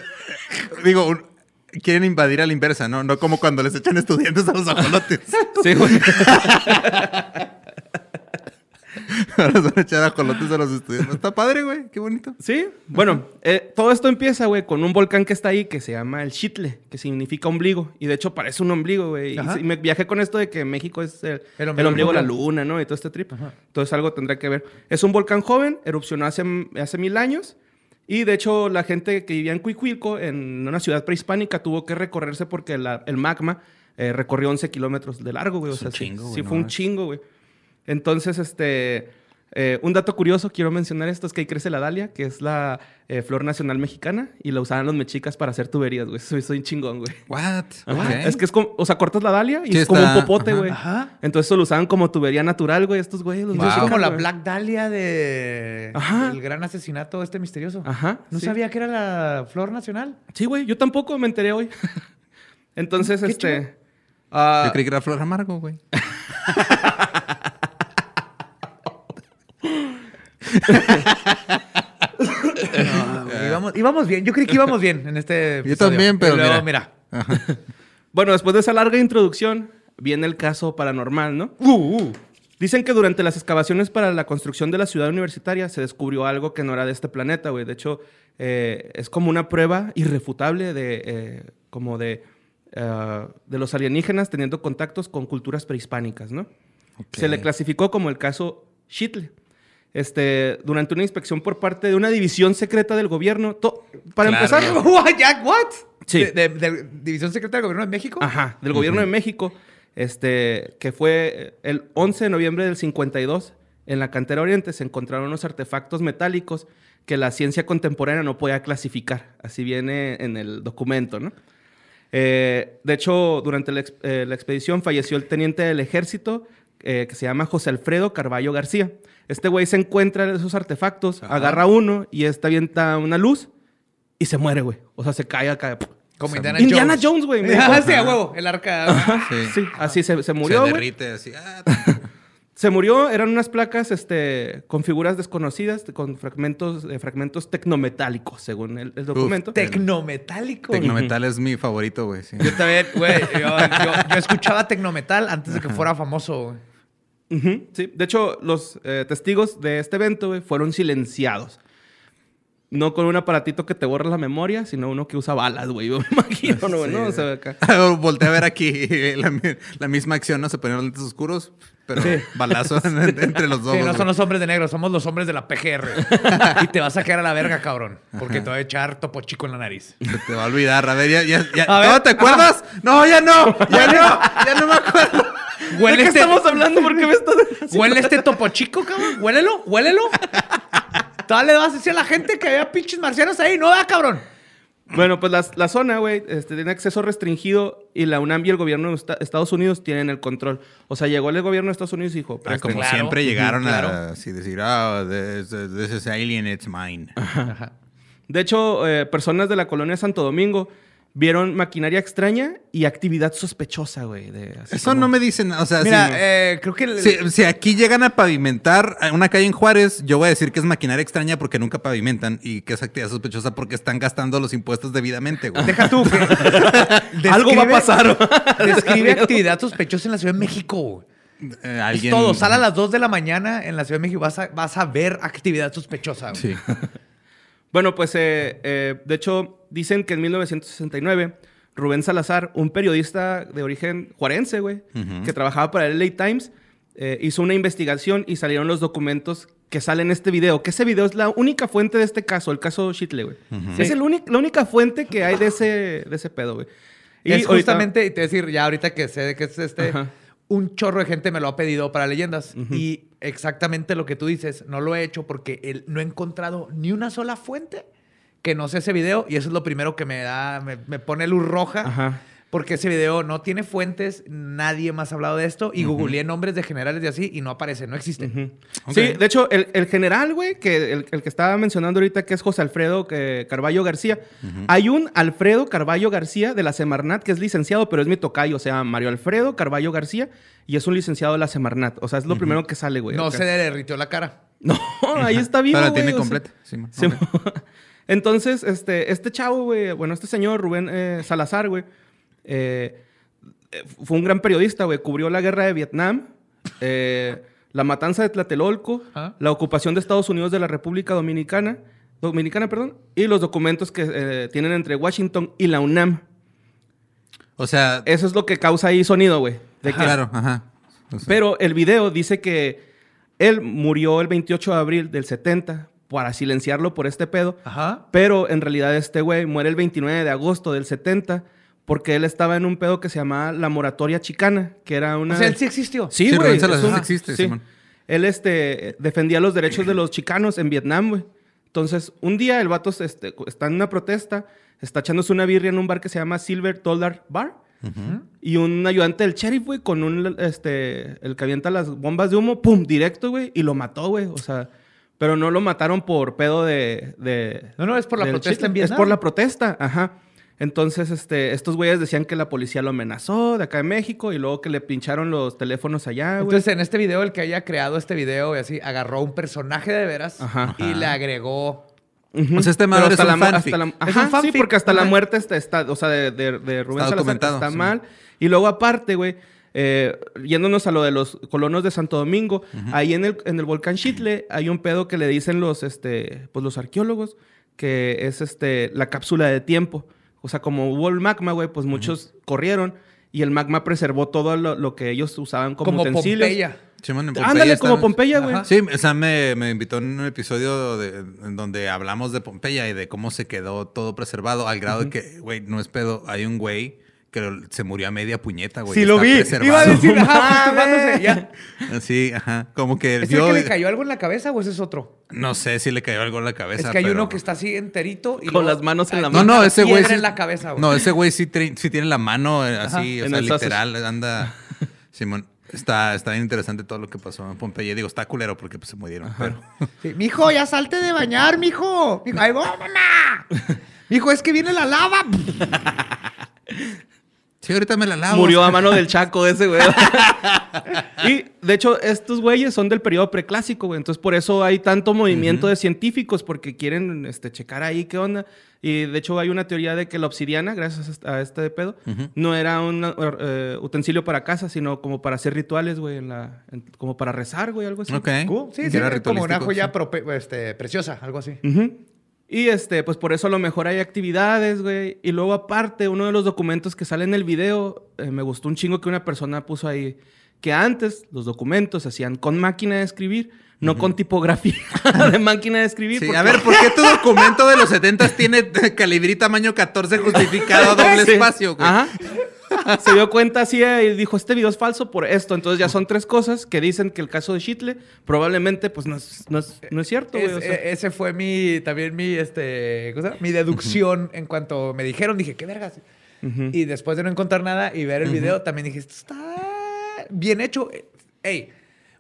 D: Digo, un- quieren invadir a la inversa, ¿no? No como cuando les echan estudiantes a los ajolotes.
B: sí, güey.
D: Ahora van a echar ajolotes a los estudiantes. Está padre, güey. Qué bonito.
B: Sí, bueno, eh, todo esto empieza, güey, con un volcán que está ahí que se llama el Chitle, que significa ombligo. Y de hecho parece un ombligo, güey. Y
A: Ajá.
B: sí, me viajé con esto de que México es el,
A: El
B: el
A: ombligo
B: ombligo, de la
A: del
B: luna, ¿no? Y todo este trip. Entonces algo tendrá que ver. Es un volcán joven, erupcionó hace, hace mil años. Y de hecho la gente que vivía en Cuicuilco, en una ciudad prehispánica, tuvo que recorrerse porque la- el magma eh, recorrió 11 kilómetros de largo, güey. O
D: Es
B: sea,
D: un
B: sí-
D: chingo, güey,
B: sí
D: no
B: fue un
D: mames.
B: chingo, güey. Entonces, este, eh, un dato curioso, quiero mencionar esto, es que ahí crece la dalia, que es la eh, flor nacional mexicana, y la usaban los mexicas para hacer tuberías, güey. Soy, soy un chingón, güey.
D: What?
B: Ajá.
D: Ok.
B: Es que es como, o sea, cortas la dalia y
D: Sí,
B: es como un
D: está-
B: popote,
D: ajá.
B: güey.
A: Ajá.
B: Entonces eso lo usaban como tubería natural, güey, estos güeyes. los
A: Es
D: Wow.
B: mexicas,
A: Pues como la
B: güey.
A: Black Dahlia de...
B: Ajá.
A: El gran asesinato este misterioso.
B: Ajá.
A: No
B: sí.
A: sabía que era la flor nacional.
B: Sí, güey, yo tampoco me enteré hoy. Entonces,
A: Qué
B: este...
A: chido.
B: ah,
D: Yo creí que era Flor Amargo, güey.
A: Íbamos, íbamos bien. Yo creí que íbamos bien en este
D: Yo
A: episodio.
D: también, pero
A: Y luego,
D: mira.
A: mira.
B: bueno, después de esa larga introducción, viene el caso paranormal, ¿no?
A: Uh, uh.
B: Dicen que durante las excavaciones para la construcción de la ciudad universitaria se descubrió algo que no era de este planeta, güey. De hecho, eh, es como una prueba irrefutable de, eh, como de, eh, de los alienígenas teniendo contactos con culturas prehispánicas, ¿no? Se le clasificó como el caso Shitle. Este, durante una inspección por parte de una división secreta del gobierno. to- para
D: Claro.
B: empezar,
A: What, Jack, what?
B: Sí.
A: De, de- de División Secreta del Gobierno de México.
B: Ajá, del gobierno de México, este, que fue eh, el 11 de noviembre del 52, en la cantera oriente se encontraron unos artefactos metálicos que la ciencia contemporánea no podía clasificar, así viene en el documento, ¿no? Eh, de hecho, durante la, ex- eh, la expedición falleció el teniente del ejército eh, que se llama José Alfredo Carballo García. Este güey se encuentra en esos artefactos, agarra uno y esta avienta una luz y se muere, güey. O sea, se cae acá.
A: Como
D: O sea,
A: Indiana,
B: Indiana
A: Jones.
B: Jones, güey. me dijo.
A: Ah, sí, a huevo. El arca.
D: Sí.
B: Sí, así se, se
D: se
B: murió. güey.
D: derrite así. Ah,
B: Se murió, eran unas placas este, con figuras desconocidas, con fragmentos, eh, fragmentos tecnometálicos, según el, el documento.
A: Tecnometálico.
D: Tecnometal es mi favorito, güey. sí.
A: Yo también, güey. Yo, yo- yo escuchaba Tecnometal antes de que fuera famoso, güey.
B: Ujú, sí. De hecho, los eh, testigos de este evento güey, fueron silenciados. No con un aparatito que te borra la memoria, sino uno que usa balas, güey. Yo me imagino, ¿no?
D: Sí.
B: ¿no? O sea, acá.
D: Volté a ver aquí eh, la, mi- la misma acción, ¿no? Se ponían lentes oscuros, pero balazo en- en- entre los dos.
A: Sí, no
D: güey.
A: son los hombres de negro, somos los hombres de la PGR. y te vas a quedar a la verga, cabrón. Porque te va a echar topo chico en la nariz.
D: Se te va a olvidar. A ver, ya, ya, ya.
A: A ver.
D: ¿No te acuerdas? No, ya no. Ya no. Ya no me acuerdo.
B: ¿De qué
A: este-
B: estamos hablando? ¿Por qué me estás...?
A: Huele este topo chico, cabrón. Huélelo, huélelo. Todavía le vas a decir a la gente que había pinches marcianos ahí. No, va, cabrón.
B: Bueno, pues las- la, zona, güey, este, tiene acceso restringido y la UNAM y el gobierno de Esta- Estados Unidos tienen el control. O sea, llegó el gobierno de Estados Unidos y dijo,
D: Ah,
B: "Presten".
D: como
A: claro.
D: siempre
A: Ujú,
D: llegaron a
A: claro.
D: así decir, ah, this, this is alien, it's mine.
A: Ah,
B: de hecho, eh, personas de la colonia Santo Domingo vieron maquinaria extraña y actividad sospechosa, güey. de- así
D: Eso
B: como-
D: no me dicen, o sea,
A: Mira,
D: si,
A: eh, creo que el-
D: si- si aquí llegan a pavimentar una calle en Juárez, yo voy a decir que es maquinaria extraña porque nunca pavimentan y que es actividad sospechosa porque están gastando los impuestos debidamente, güey.
A: deja tú que
B: Algo va a pasar.
A: Describe actividad sospechosa en la Ciudad de México. güey.
D: Eh,
A: Es
D: alguien-
A: todo. Sal a las 2 de la mañana en la Ciudad de México. Vas a, vas a ver actividad sospechosa. güey.
D: Sí.
B: Bueno, pues eh, eh, de hecho dicen que en 1969 Rubén Salazar, un periodista de origen juarense, güey, que trabajaba para el LA Times, eh, hizo una investigación y salieron los documentos que salen en este video. Que ese video es la única fuente de este caso, el caso Shitley, güey. Es el único- la única fuente que hay de ese, de ese pedo, güey. Y
A: es
B: ahorita-
A: justamente, y te voy a decir, ya ahorita que sé de qué es este,
B: Ajá.
A: un chorro de gente me lo ha pedido para leyendas. Y exactamente lo que tú dices, no lo he hecho porque el- no he encontrado ni una sola fuente que no sea ese video. Y eso es lo primero que me da, me, me pone luz roja.
B: Ajá.
A: Porque ese video no tiene fuentes, nadie más ha hablado de esto. Y googleé nombres de generales y así y no aparece, no existe.
D: Ok.
B: Sí, de hecho, el, el general, güey, que el, el que estaba mencionando ahorita, que es José Alfredo que- Carballo García. Hay un Alfredo Carballo García de la Semarnat que es licenciado, pero es mi tocayo. O sea, Mario Alfredo Carballo García y es un licenciado de la Semarnat. O sea, es lo primero que sale, güey.
A: no
B: acá.
A: se le derritió la cara.
B: No, ahí está vivo,
D: Ahora
B: güey,
D: tiene
B: o sea,
D: completa. Sí, ma.
B: Sí,
D: Ok.
B: Entonces, este, este chavo, güey, bueno, este señor Rubén eh, Salazar, güey, eh, eh, fue un gran periodista, güey. Cubrió la guerra de Vietnam, eh, la matanza de Tlatelolco,
A: Ajá.
B: la ocupación de Estados Unidos de la República Dominicana, Dominicana, perdón, y los documentos que eh, tienen entre Washington y la UNAM.
D: O sea,
B: Eso es lo que causa ahí sonido, güey. de que-
D: claro, ajá. O sea,
B: Pero el video dice que él murió el 28 de abril del 70 para silenciarlo por este pedo.
A: Ajá.
B: Pero en realidad este güey muere el 29 de agosto del 70 porque él estaba en un pedo que se llamaba la moratoria chicana, que era una...
A: O sea, él sí existió.
B: Sí,
D: Sí,
B: güey.
D: Rubén Salazar
B: es un-
D: existe,
B: sí.
D: Simón.
B: Él este, defendía los derechos de los chicanos en Vietnam, güey. Entonces, un día el vato este, está en una protesta, está echándose una birria en un bar que se llama Silver Dollar Bar. Y un ayudante del sheriff, güey, con un, este, el que avienta las bombas de humo, pum, directo, güey, y lo mató, güey. O sea, pero no lo mataron por pedo de... de-
A: No, no, es por la
B: del
A: protesta
B: Chile.
A: en Vietnam.
B: Es por la protesta, ajá. Entonces, este, estos güeyes decían que la policía lo amenazó de acá en México y luego que le pincharon los teléfonos allá, Ah, güey.
A: Entonces, en este video, el que haya creado este video y así, agarró un personaje de veras
B: Ajá.
A: y le agregó.
B: Ujú.
D: O sea, este
B: Pero
D: madre es
B: hasta
D: un
B: la mu-
D: fanfic.
B: hasta la-
D: Es
A: un
B: ajá, sí,
A: fanfic,
B: porque hasta la
A: ajá.
B: muerte está, está- o sea, de, de- de Rubén Salazar
D: documentado,
B: está
D: sí.
B: mal. Y luego aparte, güey, Eh, yéndonos a lo de los colonos de Santo Domingo, ahí en el, en el volcán Chitle hay un pedo que le dicen los, este, pues los arqueólogos, que es este, la cápsula de tiempo. O sea, como hubo el magma, güey, pues muchos corrieron y el magma preservó todo lo, lo que ellos usaban como,
A: Como
B: utensilios.
A: Pompeya.
D: Simón, en
B: Ándale, como
D: estamos.
B: Pompeya, güey.
A: Ajá.
D: Sí, o sea, me, me invitó en un episodio de- en donde hablamos de Pompeya y de cómo se quedó todo preservado al grado de que, güey, no es pedo, hay un güey que se murió a media puñeta, güey.
A: Sí,
D: y
A: lo
D: está
A: vi.
D: preservado.
A: Iba a decir,
B: No
A: ajá,
B: mames.
A: masturbándose, ya.
D: Sí, ajá. Como que
A: ¿Es
D: vio-
A: el que le cayó algo en la cabeza o ese es otro?
D: No sé si le cayó algo en la cabeza.
A: es que hay
D: pero-
A: uno que está así enterito y
B: Con
A: luego-
B: las manos en la
A: Ay,
D: No,
B: mano.
D: no,
A: una
D: ese güey.
A: piedra
D: Sí,
A: en la cabeza, güey.
D: no, ese güey sí, tri- sí tiene la mano eh, así,
B: Ajá,
D: o
B: en
D: sea,
B: el sazos.
D: literal, anda. Simón, está, está bien interesante todo lo que pasó en Pompeya. Digo, está culero porque pues, se murieron. Pero,
A: Sí, mijo, ya salte de bañar, mijo. Mijo, ahí voy, mamá. Mijo, es que viene la lava.
D: sí, ahorita me la lavo.
B: Murió a mano del Chaco ese, güey. y de hecho, estos güeyes son del periodo preclásico, güey. Entonces, por eso hay tanto movimiento de científicos, porque quieren este, checar ahí qué onda. Y de hecho, hay una teoría de que la obsidiana, gracias a est- a este pedo, no era un eh, utensilio para casa, sino como para hacer rituales, güey, en la- en- como para rezar, güey, algo así.
D: Ok.
A: Sí, sí,
D: Era
A: como una
D: ritualístico,
A: joya
D: sí.
A: prope- este, preciosa, algo así.
B: Ujú. Y este, pues por eso a lo mejor hay actividades, güey. Y luego aparte, uno de los documentos que sale en el video, eh, me gustó un chingo que una persona puso ahí, que antes los documentos se hacían con máquina de escribir, no con tipografía de máquina de escribir.
D: Sí,
B: porque-
D: a ver, ¿por qué tu documento de los 70 tiene calibrí tamaño 14 justificado doble
B: Sí.
D: espacio, güey?
B: Ajá. Se dio cuenta así eh, y dijo, este video es falso por esto. Entonces ya son tres cosas que dicen que el caso de Shitle probablemente pues no es, no es, no es cierto, güey.
A: Es-
B: o
D: eh,
B: sea.
A: e- ese fue mi, también mi, este, ¿cómo se llama? mi deducción en cuanto me dijeron, dije, qué vergas. Y después de no encontrar nada y ver el video, también dije, esto está bien hecho. Ey,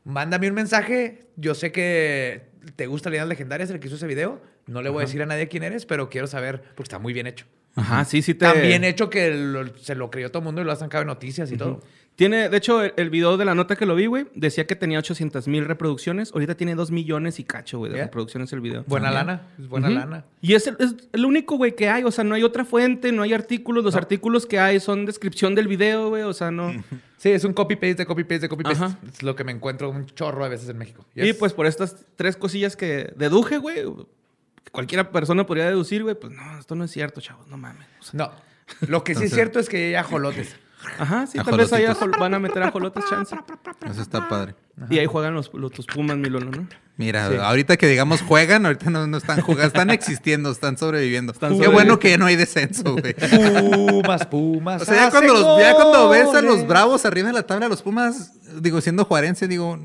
A: mándame un mensaje. Yo sé que te gusta leyendas legendarias, el que hizo ese video. No le voy a decir a nadie quién eres, pero quiero saber, porque está muy bien hecho.
B: Ajá, sí, sí te...
A: Tan bien hecho que lo- se lo creyó todo el mundo y lo han sacado en noticias y todo.
B: Tiene, de hecho, el, el video de la nota que lo vi, güey, decía que tenía 800 mil reproducciones. Ahorita tiene 2 millones y cacho, güey, de
A: Yeah.
B: reproducciones el video.
A: Buena
B: También.
A: lana, es buena
B: Ujú.
A: lana.
B: Y es el, es el único, güey, que hay. O sea, no hay otra fuente, no hay artículos. Los artículos que hay son descripción del video, güey. O sea, no.
A: Sí, es un copy-paste de copy-paste de copy-paste.
B: Ajá.
A: Es lo que me encuentro un chorro a veces en México.
B: Y
A: Yes.
B: pues por estas tres cosillas que deduje, güey, que cualquiera persona podría deducir, güey, pues no, esto no es cierto, chavos, no mames. O sea,
A: No. Lo que sí es cierto es que hay ajolotes.
B: Ajá, sí, tal vez ahí
D: Ajolotitos.
B: ajol- van a meter ajolotes chance.
D: Eso está padre.
B: Y ahí juegan los, los, los Pumas, Milolo, ¿no?
D: Mira, ahorita que digamos juegan, ahorita no, no están jugando, están existiendo, están sobreviviendo.
B: Están
D: Qué
B: sobreviviendo.
D: bueno que ya no hay descenso, güey.
A: Pumas, pumas.
D: O sea, ya cuando, los- ya
A: hacen
D: cuando ves a los
A: goles.
D: bravos arriba de la tabla, los Pumas, digo, siendo juarense, digo,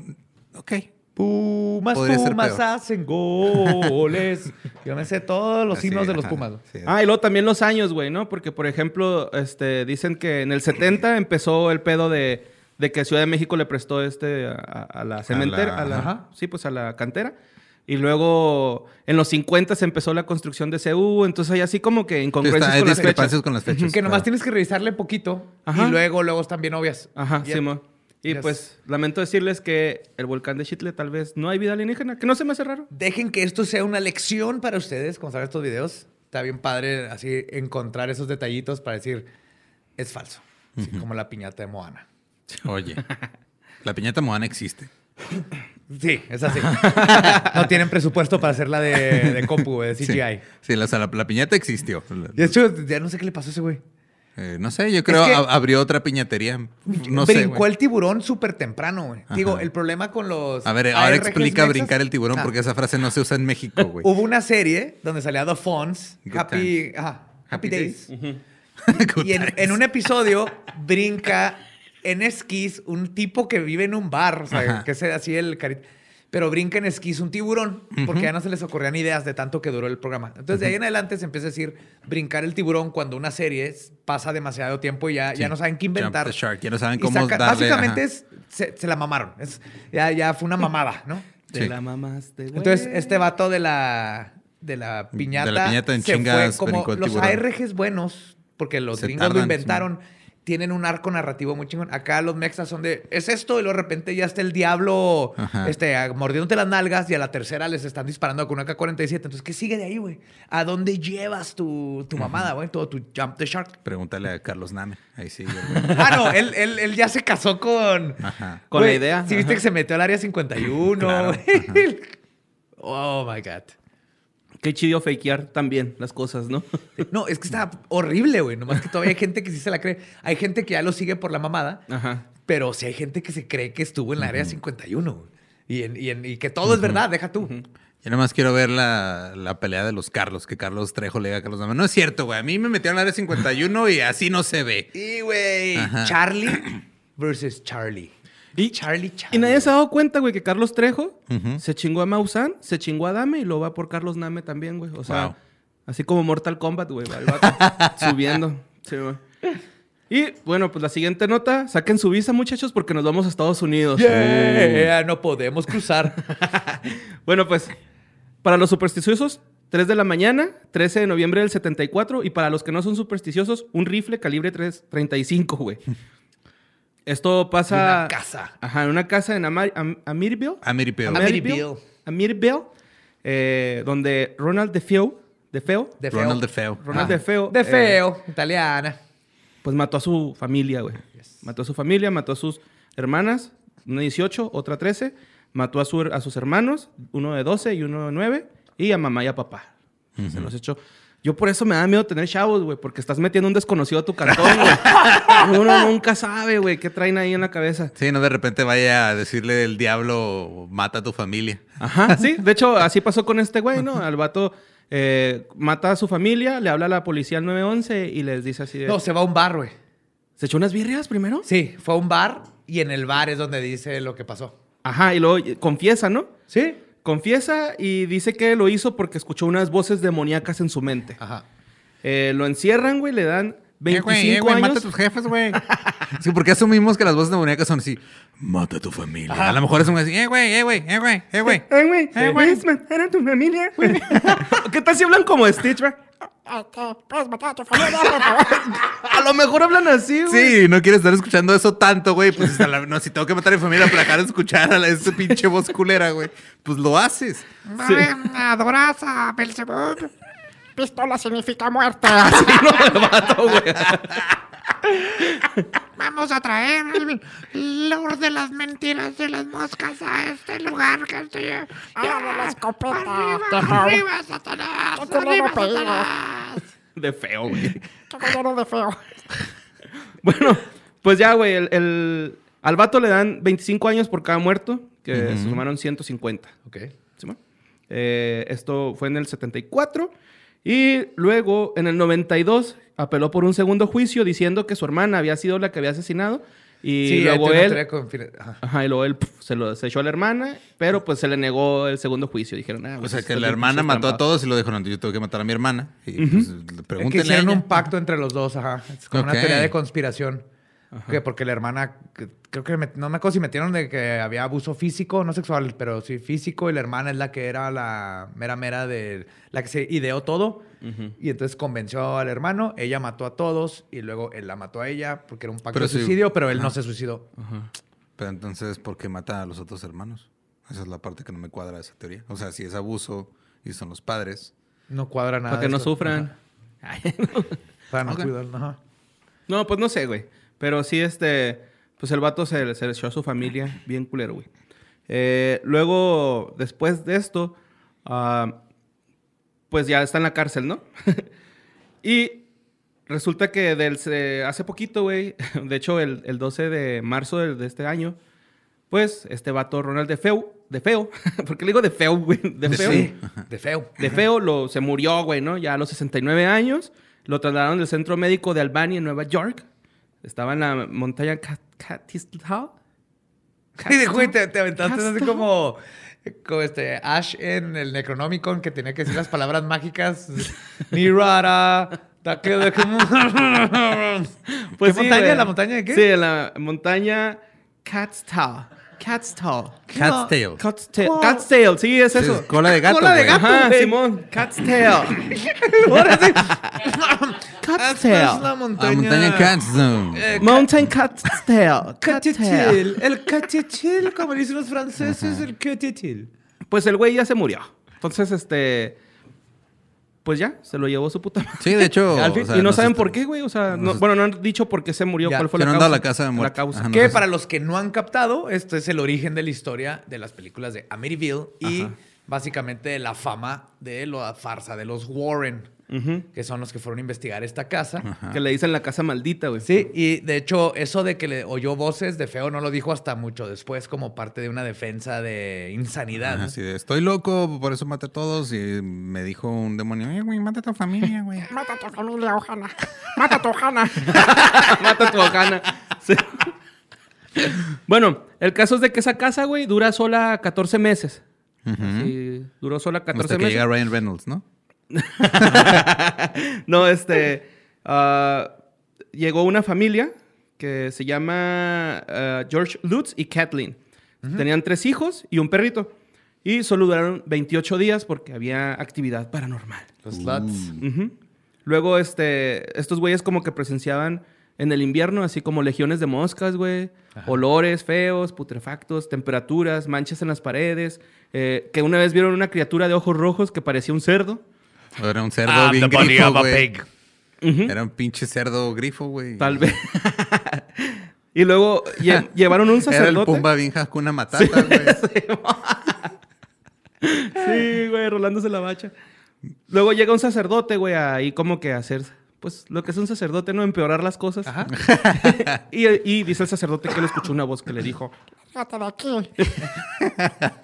D: ok.
A: Pumas,
D: Podría ser
A: pumas
D: peor.
A: hacen goles. Yo me sé todos los
D: Así,
A: signos de los
D: Ah, ajá,
A: pumas.
D: sí.
B: Ah, y luego también los años, güey, ¿no? Porque, por ejemplo, este, dicen que en el 70 empezó el pedo de, de que Ciudad de México le prestó este a, a la cementera, a la-
D: ajá.
B: sí, pues a la cantera. Y luego en los 50 se empezó la construcción de CU, entonces hay así como que
D: Sí, está-
B: incongruencias
D: hay
B: con las
D: discrepancias
B: fechas.
D: con las fechas. Ah,
A: Que nomás
D: claro.
A: tienes que revisarle poquito
B: Ajá.
A: y luego, luego están bien obvias.
B: Ajá,
A: Ya-
B: Simón. Y
A: Yes.
B: pues lamento decirles que el volcán de Chitle tal vez no hay vida alienígena, que no se me hace raro.
A: Dejen que esto sea una lección para ustedes con saber estos videos. Está bien padre así encontrar esos detallitos para decir, es falso. Así como la piñata de Moana.
D: Oye, la piñata Moana existe.
A: Sí, es así. no tienen presupuesto para hacerla de, de compu, güey, de
D: Sí.
A: CGI.
D: Sí, la, o sea, la- la piñata existió.
A: De hecho, ya no sé qué le pasó a ese güey.
D: Eh, no sé, yo creo
A: Es que-
D: ab- abrió otra piñatería. No sé.
A: Brincó
D: güey.
A: el tiburón súper temprano, güey.
D: Ajá.
A: Digo, el problema con los.
D: A ver, ahora
A: ARGs
D: explica
A: mexas-
D: brincar el tiburón
A: Ah,
D: porque esa frase no se usa en México, güey.
A: Hubo una serie donde salía The Fonz,
D: Good
A: Happy, ajá, Happy
D: Happy
A: Days.
D: Days. Good
A: Y en,
D: times.
A: en un episodio brinca en esquís un tipo que vive en un bar, o sea,
D: Ajá.
A: que es así el cari- Pero brinca en esquís un tiburón, porque ya no se les ocurrían ideas de tanto que duró el programa. Entonces, de ahí en adelante se empieza a decir brincar el tiburón cuando una serie es- pasa demasiado tiempo y ya, ya
D: Sí.
A: no saben qué
D: Jump
A: inventar.
D: the shark, ya no saben
A: Y
D: cómo
A: saca-
D: darle,
A: Básicamente
D: ajá.
A: es, se, se la mamaron. Es- ya, ya fue una mamada, ¿no?
B: Te
D: Sí.
B: la mamaste, güey.
A: Entonces, este vato de la, de la piñata.
D: piñata en
A: se fue
D: chingas
A: como
D: brincó el
A: Los
D: tiburón.
A: ARGs buenos, porque los
D: Se
A: gringos lo
D: tardan,
A: inventaron, tienen un arco narrativo muy chingón. Acá los mexas son de, es esto, y luego de repente ya está el diablo
D: Ajá.
A: este, a- mordiéndote las nalgas y a la tercera les están disparando con una K-47. Entonces, ¿qué sigue de ahí, güey? ¿A dónde llevas tu, tu mamada, güey? Todo tu jump the shark.
D: Pregúntale a Carlos Name. Ahí sí.
A: Ah, no, él, él- él ya se casó con...
D: Ajá.
B: Con
A: Güey,
B: la idea.
A: Sí, viste que se metió al área 51.
D: Claro,
A: güey. Oh, my God.
B: Qué chido fakear también las cosas, ¿no?
A: No, es que está horrible, güey. Nomás que todavía hay gente que sí se la cree. Hay gente que ya lo sigue por la mamada.
B: Ajá.
A: Pero sí hay gente que se cree que estuvo en la área 51 güey. y, en- y en- y que todo es verdad, deja tú.
D: Yo nada más quiero ver la, la pelea de los Carlos, que Carlos Trejo le diga a Carlos Name. No es cierto, güey. A mí me metieron al área 51 y así no se ve.
A: Y, güey, Charlie versus Charlie.
B: Y-
A: Charlie, Charlie.
B: Y nadie se ha dado cuenta, güey, que Carlos Trejo
D: Ujú.
B: se chingó a Maussan, se chingó a Dame y lo va por Carlos Name también, güey. O sea,
D: Wow.
B: así como Mortal Kombat, güey. va el vato subiendo. Sí, güey. Y bueno, pues la siguiente nota, saquen su visa, muchachos, porque nos vamos a Estados Unidos.
A: Yeah, no podemos cruzar.
B: Bueno, pues para los supersticiosos, 3 de la mañana, 13 de noviembre del 74. Y para los que no son supersticiosos, un rifle calibre 335, güey. Esto pasa.
A: Una casa.
B: Ajá, en una casa en Amar- Am- Amitville.
D: A mí, pero-
A: Ameri-
B: Amitville. Amitville, eh, donde Ronald DeFeo, DeFeo,
A: De feo.
D: Ronald de Feo.
B: Ronald
D: Ah.
B: DeFeo,
A: De
B: eh,
A: feo, italiana.
B: pues mató a su familia, güey. Mató a su familia, mató a sus hermanas, una 18, otra 13. Mató a, su- a sus hermanos, uno de 12 y uno de 9. Y a mamá y a papá. Se los echó. Yo por eso me da miedo tener chavos, güey, porque estás metiendo un desconocido a tu cartón, güey. Uno nunca sabe, güey, qué traen ahí en la cabeza.
D: Sí, no de repente vaya a decirle el diablo mata a tu familia.
B: Ajá, sí. De hecho, así pasó con este güey, ¿no? Al vato eh, mata a su familia, le habla a la policía al 911 y les dice así de...
A: No, se va a un bar, güey.
B: ¿Se echó unas birrias primero?
A: Sí, fue a un bar y en el bar es donde dice lo que pasó.
B: Ajá, y luego eh, confiesa, ¿no?
A: ¿Sí?
B: Confiesa y dice que lo hizo porque escuchó unas voces demoníacas en su mente.
A: Ajá.
B: Eh, lo encierran, güey, le dan 25
D: Ah. Eh, güey, eh, güey, Mata a
B: años.
D: tus jefes, güey. sí, porque asumimos que las voces demoníacas son así. Mata a tu familia. A lo mejor es un güey así, eh, güey, eh, güey, eh, güey, eh, güey.
B: Eh, güey,
D: Eh, güey.
B: puedes matar a tu familia, güey. ¿Qué tal si hablan como Stitch, güey? A lo mejor hablan así, güey.
D: Sí, no quieres estar escuchando eso tanto, güey. Pues hasta la- no, si tengo que matar a mi familia para dejar de escuchar a la- esa pinche voz culera, güey. Pues lo haces.
B: Sí.
E: Adoras a Belzebub. Pistola significa muerte. Ah, Vamos a traer el Lord de las mentiras de las moscas a este lugar que se llama la escopeta. Arriba, arriba, Satanás. Arriba, Satanás.
B: De feo, güey.
E: Qué colero de feo.
B: Bueno, pues ya, güey, el, el- al vato le dan 25 años por cada muerto, que se sumaron 150.
A: Ok.
B: Simón. Eh, esto fue en el 74. Y luego, en el 92, apeló por un segundo juicio diciendo que su hermana había sido la que había asesinado. Y
A: sí,
B: luego
A: ahí te
B: él.
A: notaría con fines- ajá.
B: Ajá, y luego él pf, se, lo, se echó a la hermana, pero pues se le negó el segundo juicio. Dijeron, ah,
D: O
B: pues,
D: sea, que
B: estás
D: la
B: bien
D: hermana
B: pinches
D: mató a
B: trampa.
D: todos y lo dijo, no, yo tengo que matar a mi hermana. Y pues, le
A: Es que
D: pregúntenle a
A: hicieron
D: ella.
A: un pacto entre los dos, ajá. Es como
D: Ok.
A: una teoría de conspiración. Que porque la hermana, que- creo que met- no me acuerdo si metieron de que había abuso físico, no sexual, pero sí físico, y la hermana es la que era la mera mera de la que se ideó todo. Y entonces convenció al hermano, ella mató a todos, y luego él la mató a ella porque era un pacto
D: Pero
A: de
D: sí.
A: suicidio, pero él no se suicidó.
D: Pero entonces, ¿por qué mata a los otros hermanos? Esa es la parte que no me cuadra de esa teoría. O sea, si es abuso y son los padres.
A: No cuadra nada.
B: Para
D: Ah,
B: que
A: de
B: no
A: eso.
B: sufran.
A: Ajá.
B: Ay, no.
A: Para no
D: Ok.
A: cuidar, ajá.
B: No, pues no sé, güey. Pero sí, este. Pues el vato se, se le echó a su familia bien culero, güey. Eh, luego, después de esto, ah, pues ya está en la cárcel, ¿no? y resulta que del, se- hace poquito, güey, de hecho, el, el 12 de marzo del- de, este año, pues este vato Ronald de Feo, de Feo, ¿por qué le digo de Feo, güey? De Feo.
A: Sí, de feo.
B: De feo, lo, se murió, güey, ¿no? Ya a los 69 años. Lo trasladaron del centro médico de Albany en Nueva York. Estaba en la montaña Cat- Catistau.
A: Y güey, te, te aventaste
B: Casta.
A: así como, como este Ash en el Necronomicon que tenía que decir las palabras mágicas. Nirara. ta- que- de- como-
B: Pues
A: ¿Qué
B: sí,
A: montaña?
B: güey.
A: ¿La montaña de qué?
B: Sí, en la montaña Catstall. Catstall.
D: Cat's tail.
B: Cat's tail. Cat's tail, sí, es eso.
D: Es cola de gato,
A: Cola de
D: güey.
A: gato.
B: Ajá,
A: güey.
B: Simón. Cat's tail.
A: Ahora sí. Hasta
B: Cattail.
A: la montaña.
D: La montaña Cancún.
B: Mountain Cattail. Cattail.
A: Cachichil, el cachichil, como dicen los franceses, el cachichil.
B: Pues el güey ya se murió. Entonces, este. Pues ya, se lo llevó su puta madre.
D: Sí, de hecho.
B: Al fin-
D: Oh, o sea,
B: y no
D: nos
B: saben
D: est-
B: por qué, güey. O sea, no- bueno, no han dicho por qué se murió,
A: Ya,
B: cuál fue
D: que
B: la
D: no han
B: causa.
D: dado la causa de muerte.
B: causa.
D: Ajá, no.
A: Que
D: sé si-
A: para los que no han captado, esto es el origen de la historia de las películas de Amityville y básicamente de la fama de la farsa de los Warren,
D: Mm.
A: que son los que fueron a investigar esta casa.
B: Que le dicen la casa maldita, güey.
A: Sí, y de hecho, eso de que le oyó voces de feo no lo dijo hasta mucho después, como parte de una defensa de insanidad. ¿no?
D: Así de, estoy loco, por eso maté a todos. Y me dijo un demonio, eh, güey, mata a tu familia, güey.
E: Mata a tu familia, Ojana. Mata a tu Ojana.
B: Mata a tu ojana. Sí. Bueno, el caso es de que esa casa, güey, dura sola 14 meses. Sí, duró sola 14
D: Hasta que
B: meses.
D: llega Ryan Reynolds, ¿no?
B: No, este. ah, llegó una familia que se llama ah, George Lutz y Kathleen. Tenían tres hijos y un perrito. Y solo duraron 28 días porque había actividad paranormal.
A: Los sluts.
D: Mm.
B: Ujú. Luego, este, estos güeyes como que presenciaban en el invierno, así como legiones de moscas, güey. Olores feos, putrefactos, temperaturas, manchas en las paredes. eh, que una vez vieron una criatura de ojos rojos que parecía un cerdo.
D: Era un cerdo
A: Ah,
D: bien grifo, güey.
B: Ujú.
D: Era un pinche cerdo grifo, güey.
B: Tal vez. y luego lle- llevaron un
D: Era el
B: sacerdote.
D: Pumba bien una matata, güey.
B: Sí, güey, rolándose la bacha. Luego llega un sacerdote, güey, ahí como que a hacer, pues, lo que es un sacerdote, ¿no? Empeorar las cosas. y, y dice el sacerdote que le escuchó una voz que le dijo.
E: Lárgate de aquí.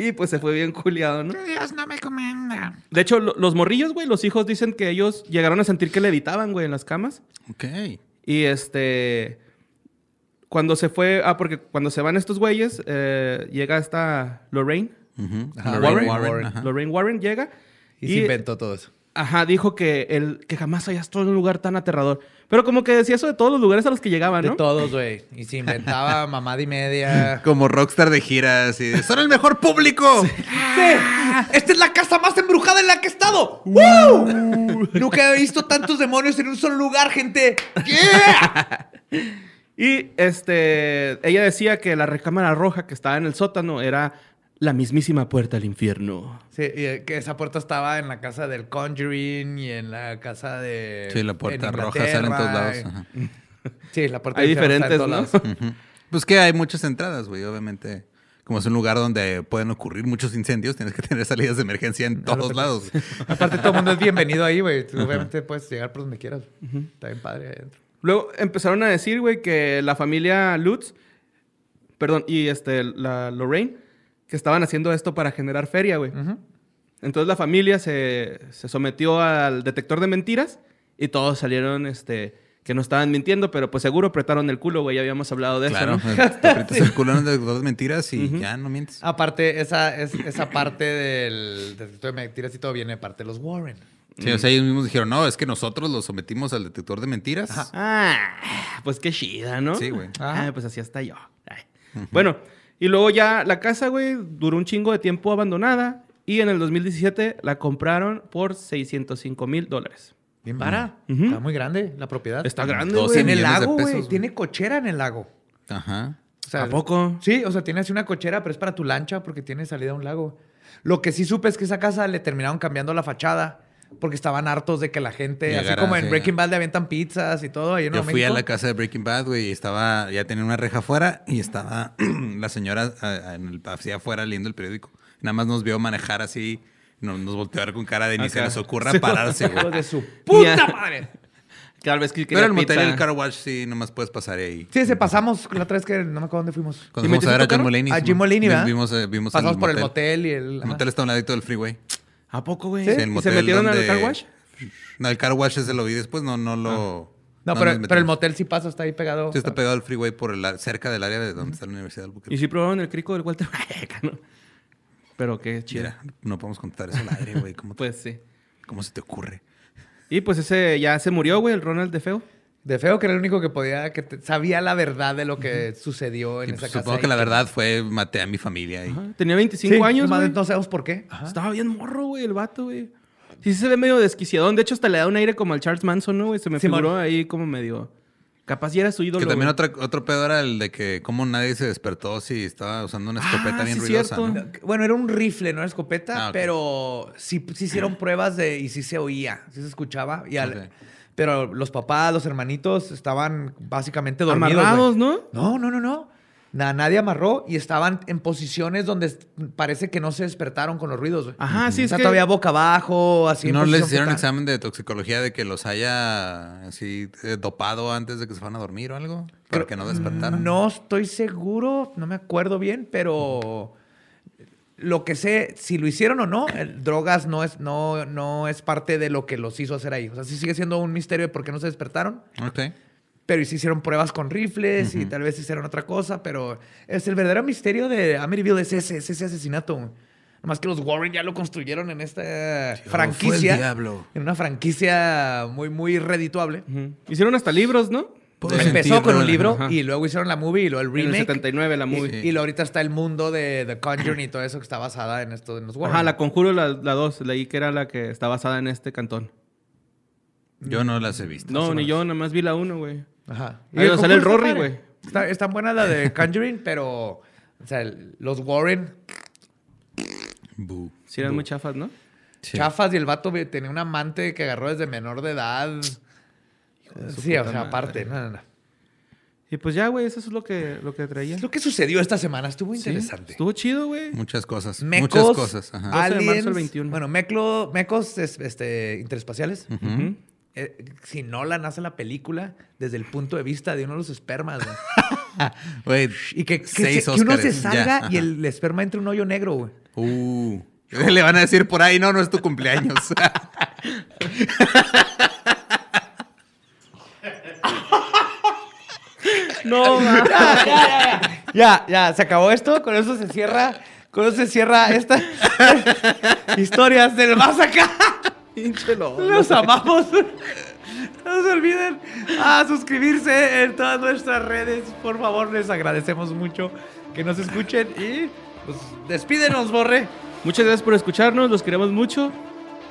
B: Y pues se fue bien culiado, ¿no?
E: Dios no me comanda.
B: De hecho, lo- los morrillos, güey, los hijos dicen que ellos llegaron a sentir que levitaban, güey, en las camas.
D: ok.
B: Y este. Cuando se fue. Ah, porque cuando se van estos güeyes, eh, llega esta Lorraine.
D: Ujú.
A: Ajá,
D: Lorraine
A: Warren.
D: Warren,
A: Warren.
D: ajá.
B: Lorraine Ah, Warren llega.
A: Y, se inventó todo eso.
B: Ajá, dijo que, el, que jamás había estado en un lugar tan aterrador. Pero como que decía eso de todos los lugares a los que llegaba,
A: De
B: Ah, ¿no?
A: todos, güey. Y se inventaba mamada y media.
D: Como rockstar de giras así de, ¡Son el mejor público!
A: ¡Esta es la casa más embrujada en la que he estado!
B: Uh.
A: ¡Woo! Nunca he visto tantos demonios en un solo lugar, gente. ¡Yeah!
B: Y este, ella decía que la recámara roja que estaba en el sótano era la mismísima puerta al infierno.
A: Sí, y, eh, que esa puerta estaba en la casa del Conjuring y en la casa de.
D: Sí, la puerta
A: en
D: roja sale en todos lados.
A: Inglaterra.
D: ajá.
A: Sí, la puerta
B: Hay
A: del infierno
B: diferentes,
A: está en
B: ¿no?
A: todos lados.
D: Ujú. Pues que hay muchas entradas, güey, obviamente. Como es un lugar donde pueden ocurrir muchos incendios, tienes que tener salidas de emergencia en todos lados.
A: Aparte, todo el mundo es bienvenido ahí, güey. Tú, Obviamente puedes llegar por donde quieras. Está bien padre ahí adentro.
B: Luego empezaron a decir, güey, que la familia Lutz, perdón, y este, la Lorraine, que estaban haciendo esto para generar feria, güey. Entonces la familia se, se sometió al detector de mentiras y todos salieron, este, que no estaban mintiendo, pero pues seguro apretaron el culo, güey, ya habíamos hablado de
D: Claro,
B: eso, ¿no? Ah,
D: te aprietas el culo en las dos mentiras y ya no mientes.
A: Aparte, esa, es- esa parte del detector de mentiras y todo viene de parte de los Warren.
D: Sí,
B: mm.
D: o sea, ellos mismos dijeron, no, es que nosotros los sometimos al detector de mentiras.
B: Ah, pues qué chida, ¿no?
D: Sí, güey.
A: Ajá.
B: Ah, pues así hasta yo. Ay. Bueno, y luego ya la casa, güey, duró un chingo de tiempo abandonada y en el 2017 la compraron por 605 mil dólares.
A: Bien para.
B: Ujú.
A: Está muy grande la propiedad.
B: Está grande,
D: 12
B: güey.
A: Tiene
D: millones de
A: lago,
D: pesos,
A: güey.
D: güey.
A: Tiene cochera en el lago.
D: Ajá.
A: O sea,
B: ¿A poco?
A: Sí, o sea, tiene así una cochera, pero es para tu lancha porque tiene salida a un lago. Lo que sí supe es que esa casa le terminaron cambiando la fachada porque estaban hartos de que la gente, así
D: Llegara,
A: como en
D: sí.
A: Breaking Bad le avientan pizzas y todo. Ahí en
D: Yo
A: Nuevo
D: fui a
A: México.
D: la casa de Breaking Bad, güey, y estaba, ya tenía una reja afuera y estaba la señora ah, en el, así afuera leyendo el periódico. Nada más nos vio manejar así, no- nos volteó a ver con cara de ni se
B: Acá.
D: nos ocurra
B: Sí.
D: pararse,
A: Hijos
D: güey.
A: de su puta
B: Ya.
A: madre.
B: Tal vez que
D: Pero
B: quería
D: el motel y
B: pizza.
D: el car wash sí, nomás puedes pasar ahí.
A: Sí, se pasamos la otra vez que no me acuerdo dónde fuimos.
D: Cuando
B: ¿Y
D: fuimos
B: metiste
D: a ver a
B: tu
D: Jim
B: carro?
D: Mulaney.
A: A
D: sí,
A: Jim Mulaney, ¿verdad?
D: Vimos, eh, vimos
A: Pasamos
D: el
A: por el
D: motel.
A: motel y el.
D: El motel está a un ladito del freeway.
B: ¿A poco, güey?
A: Sí.
D: Sí, el
B: ¿Y se
D: motel
B: metieron al
D: donde-
B: car wash?
D: No, el car wash ese lo vi después, no, no lo...
A: Ah. No,
D: nos
A: pero, pero el
D: metimos.
A: motel sí pasa, está ahí pegado.
D: Sí, está pegado al freeway por el, ar- cerca del área de donde está la Universidad de Albuquerque.
B: ¿Y si probaron el crico del Walter? No. Pero qué chido.
D: Mira, no podemos contar eso al aire, güey. ¿Cómo,
B: Pues sí.
D: ¿Cómo se te ocurre?
B: Y pues ese ya se murió, güey, el Ronald de Feo.
A: De feo que era el único que podía, que te- sabía la verdad de lo que sucedió en
D: Sí,
A: esa
D: pues,
A: casa.
D: supongo
A: y
D: que la verdad fue maté a mi familia. Y...
B: Tenía
A: Sí,
B: 25 años,
A: nomás
B: güey.
A: No sabemos por qué. Ajá.
B: Estaba bien morro, güey, el vato, güey. Sí, se ve medio desquiciadón. De hecho, hasta le da un aire como al Charles Manson, ¿no? güey? Se me
A: Simón.
B: figuró ahí como medio... Capaz ya era su ídolo.
D: Que también
B: güey.
D: otra- otro pedo era el de que cómo nadie se despertó si estaba usando una
B: Ah,
D: escopeta bien
B: sí,
D: ruidosa.
B: cierto.
D: ¿no?
A: Bueno, era un rifle, no era escopeta,
D: Ah, ok.
A: pero sí, sí hicieron pruebas de, y sí se oía, sí se escuchaba. Y al-
D: Ok.
A: Pero los papás, los hermanitos estaban básicamente dormidos.
B: Amarrados,
A: güey.
B: ¿no?
A: No, no, no, no. Na- nadie amarró y estaban en posiciones donde est- parece que no se despertaron con los ruidos. güey.
B: Ajá, sí,
A: o
B: es
A: sea,
B: que-
A: todavía boca abajo, así.
D: ¿Y
A: en
D: no les
A: posición
D: hicieron
A: fetal.
D: examen de toxicología de que los haya así eh, dopado antes de que se fueran a dormir o algo? Para
A: Creo-
D: que no despertaran.
A: No estoy seguro, no me acuerdo bien, pero lo que sé, si lo hicieron o no, el- drogas no es, no, no es parte de lo que los hizo hacer ahí. O sea, sí sigue siendo un misterio de por qué no se despertaron,
D: Ok.
A: pero sí hicieron pruebas con rifles y tal vez hicieron otra cosa, pero es el verdadero misterio de Amityville es ese, es ese asesinato. Más que los Warren ya lo construyeron en esta
D: fue el
A: franquicia.
D: diablo.
A: En una franquicia muy, muy redituable.
B: Ujú. Hicieron hasta libros, ¿no?
D: Puedo
A: Empezó
D: sentirlo,
A: con un
D: la-
A: libro
B: ajá.
A: y luego hicieron la movie y luego el
B: En el
A: remake.
B: 79 la movie.
A: Y, y lo ahorita está el mundo de The Conjuring y todo eso que está basada en esto en los Warren.
B: Ajá, la Conjuro, la 2, leí que era la que está basada en este cantón.
D: Yo no las he visto.
B: No, ni yo, nada más vi la 1, güey.
A: Ajá.
B: Ahí donde sale el
A: concurso
B: Rory,
A: está padre.
B: güey.
A: Está, está buena la de Conjuring, pero o sea, el- los Warren,
D: Bu.
B: Sí, eran muy chafas, ¿no?
D: Sí.
A: chafas y el vato ve- tenía un amante que agarró desde menor de edad. Sí, o sea,
B: madre.
A: aparte. no, no, no.
B: Y pues ya, güey, eso es lo que, lo que traía.
A: Es lo que sucedió esta semana. Estuvo interesante.
B: Estuvo chido, güey.
D: Muchas cosas.
A: Mecos, Ah.
D: Muchas cosas. Ajá.
B: 12 de marzo al
A: aliens,
B: 21.
A: Bueno, meclo- mecos es- este, interespaciales.
D: Mm.
B: Ujú.
A: Eh, si Nolan hace la película desde el punto de vista de uno de los espermas. güey.
D: Güey,
A: Y que, que
D: seis
A: se- que uno
D: Óscares.
A: se
D: Ya,
A: salga y
D: ajá.
A: el esperma entre un hoyo negro, güey.
D: Uh. Le van a decir por ahí, no, no es tu cumpleaños.
B: No, ma.
A: Ya, ya, se acabó esto. Con eso se cierra. Con eso se cierra esta. Historias del más acá.
B: Pinche lobo.
A: Los amamos. No se olviden a suscribirse en todas nuestras redes. Por favor, les agradecemos mucho que nos escuchen y pues despídenos, Borre.
B: Muchas gracias por escucharnos, los queremos mucho.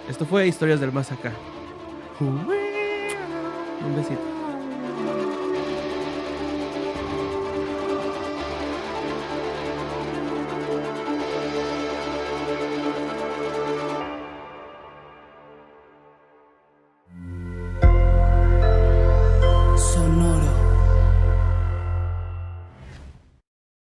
B: Esto fue Historias del Más Acá. Un besito.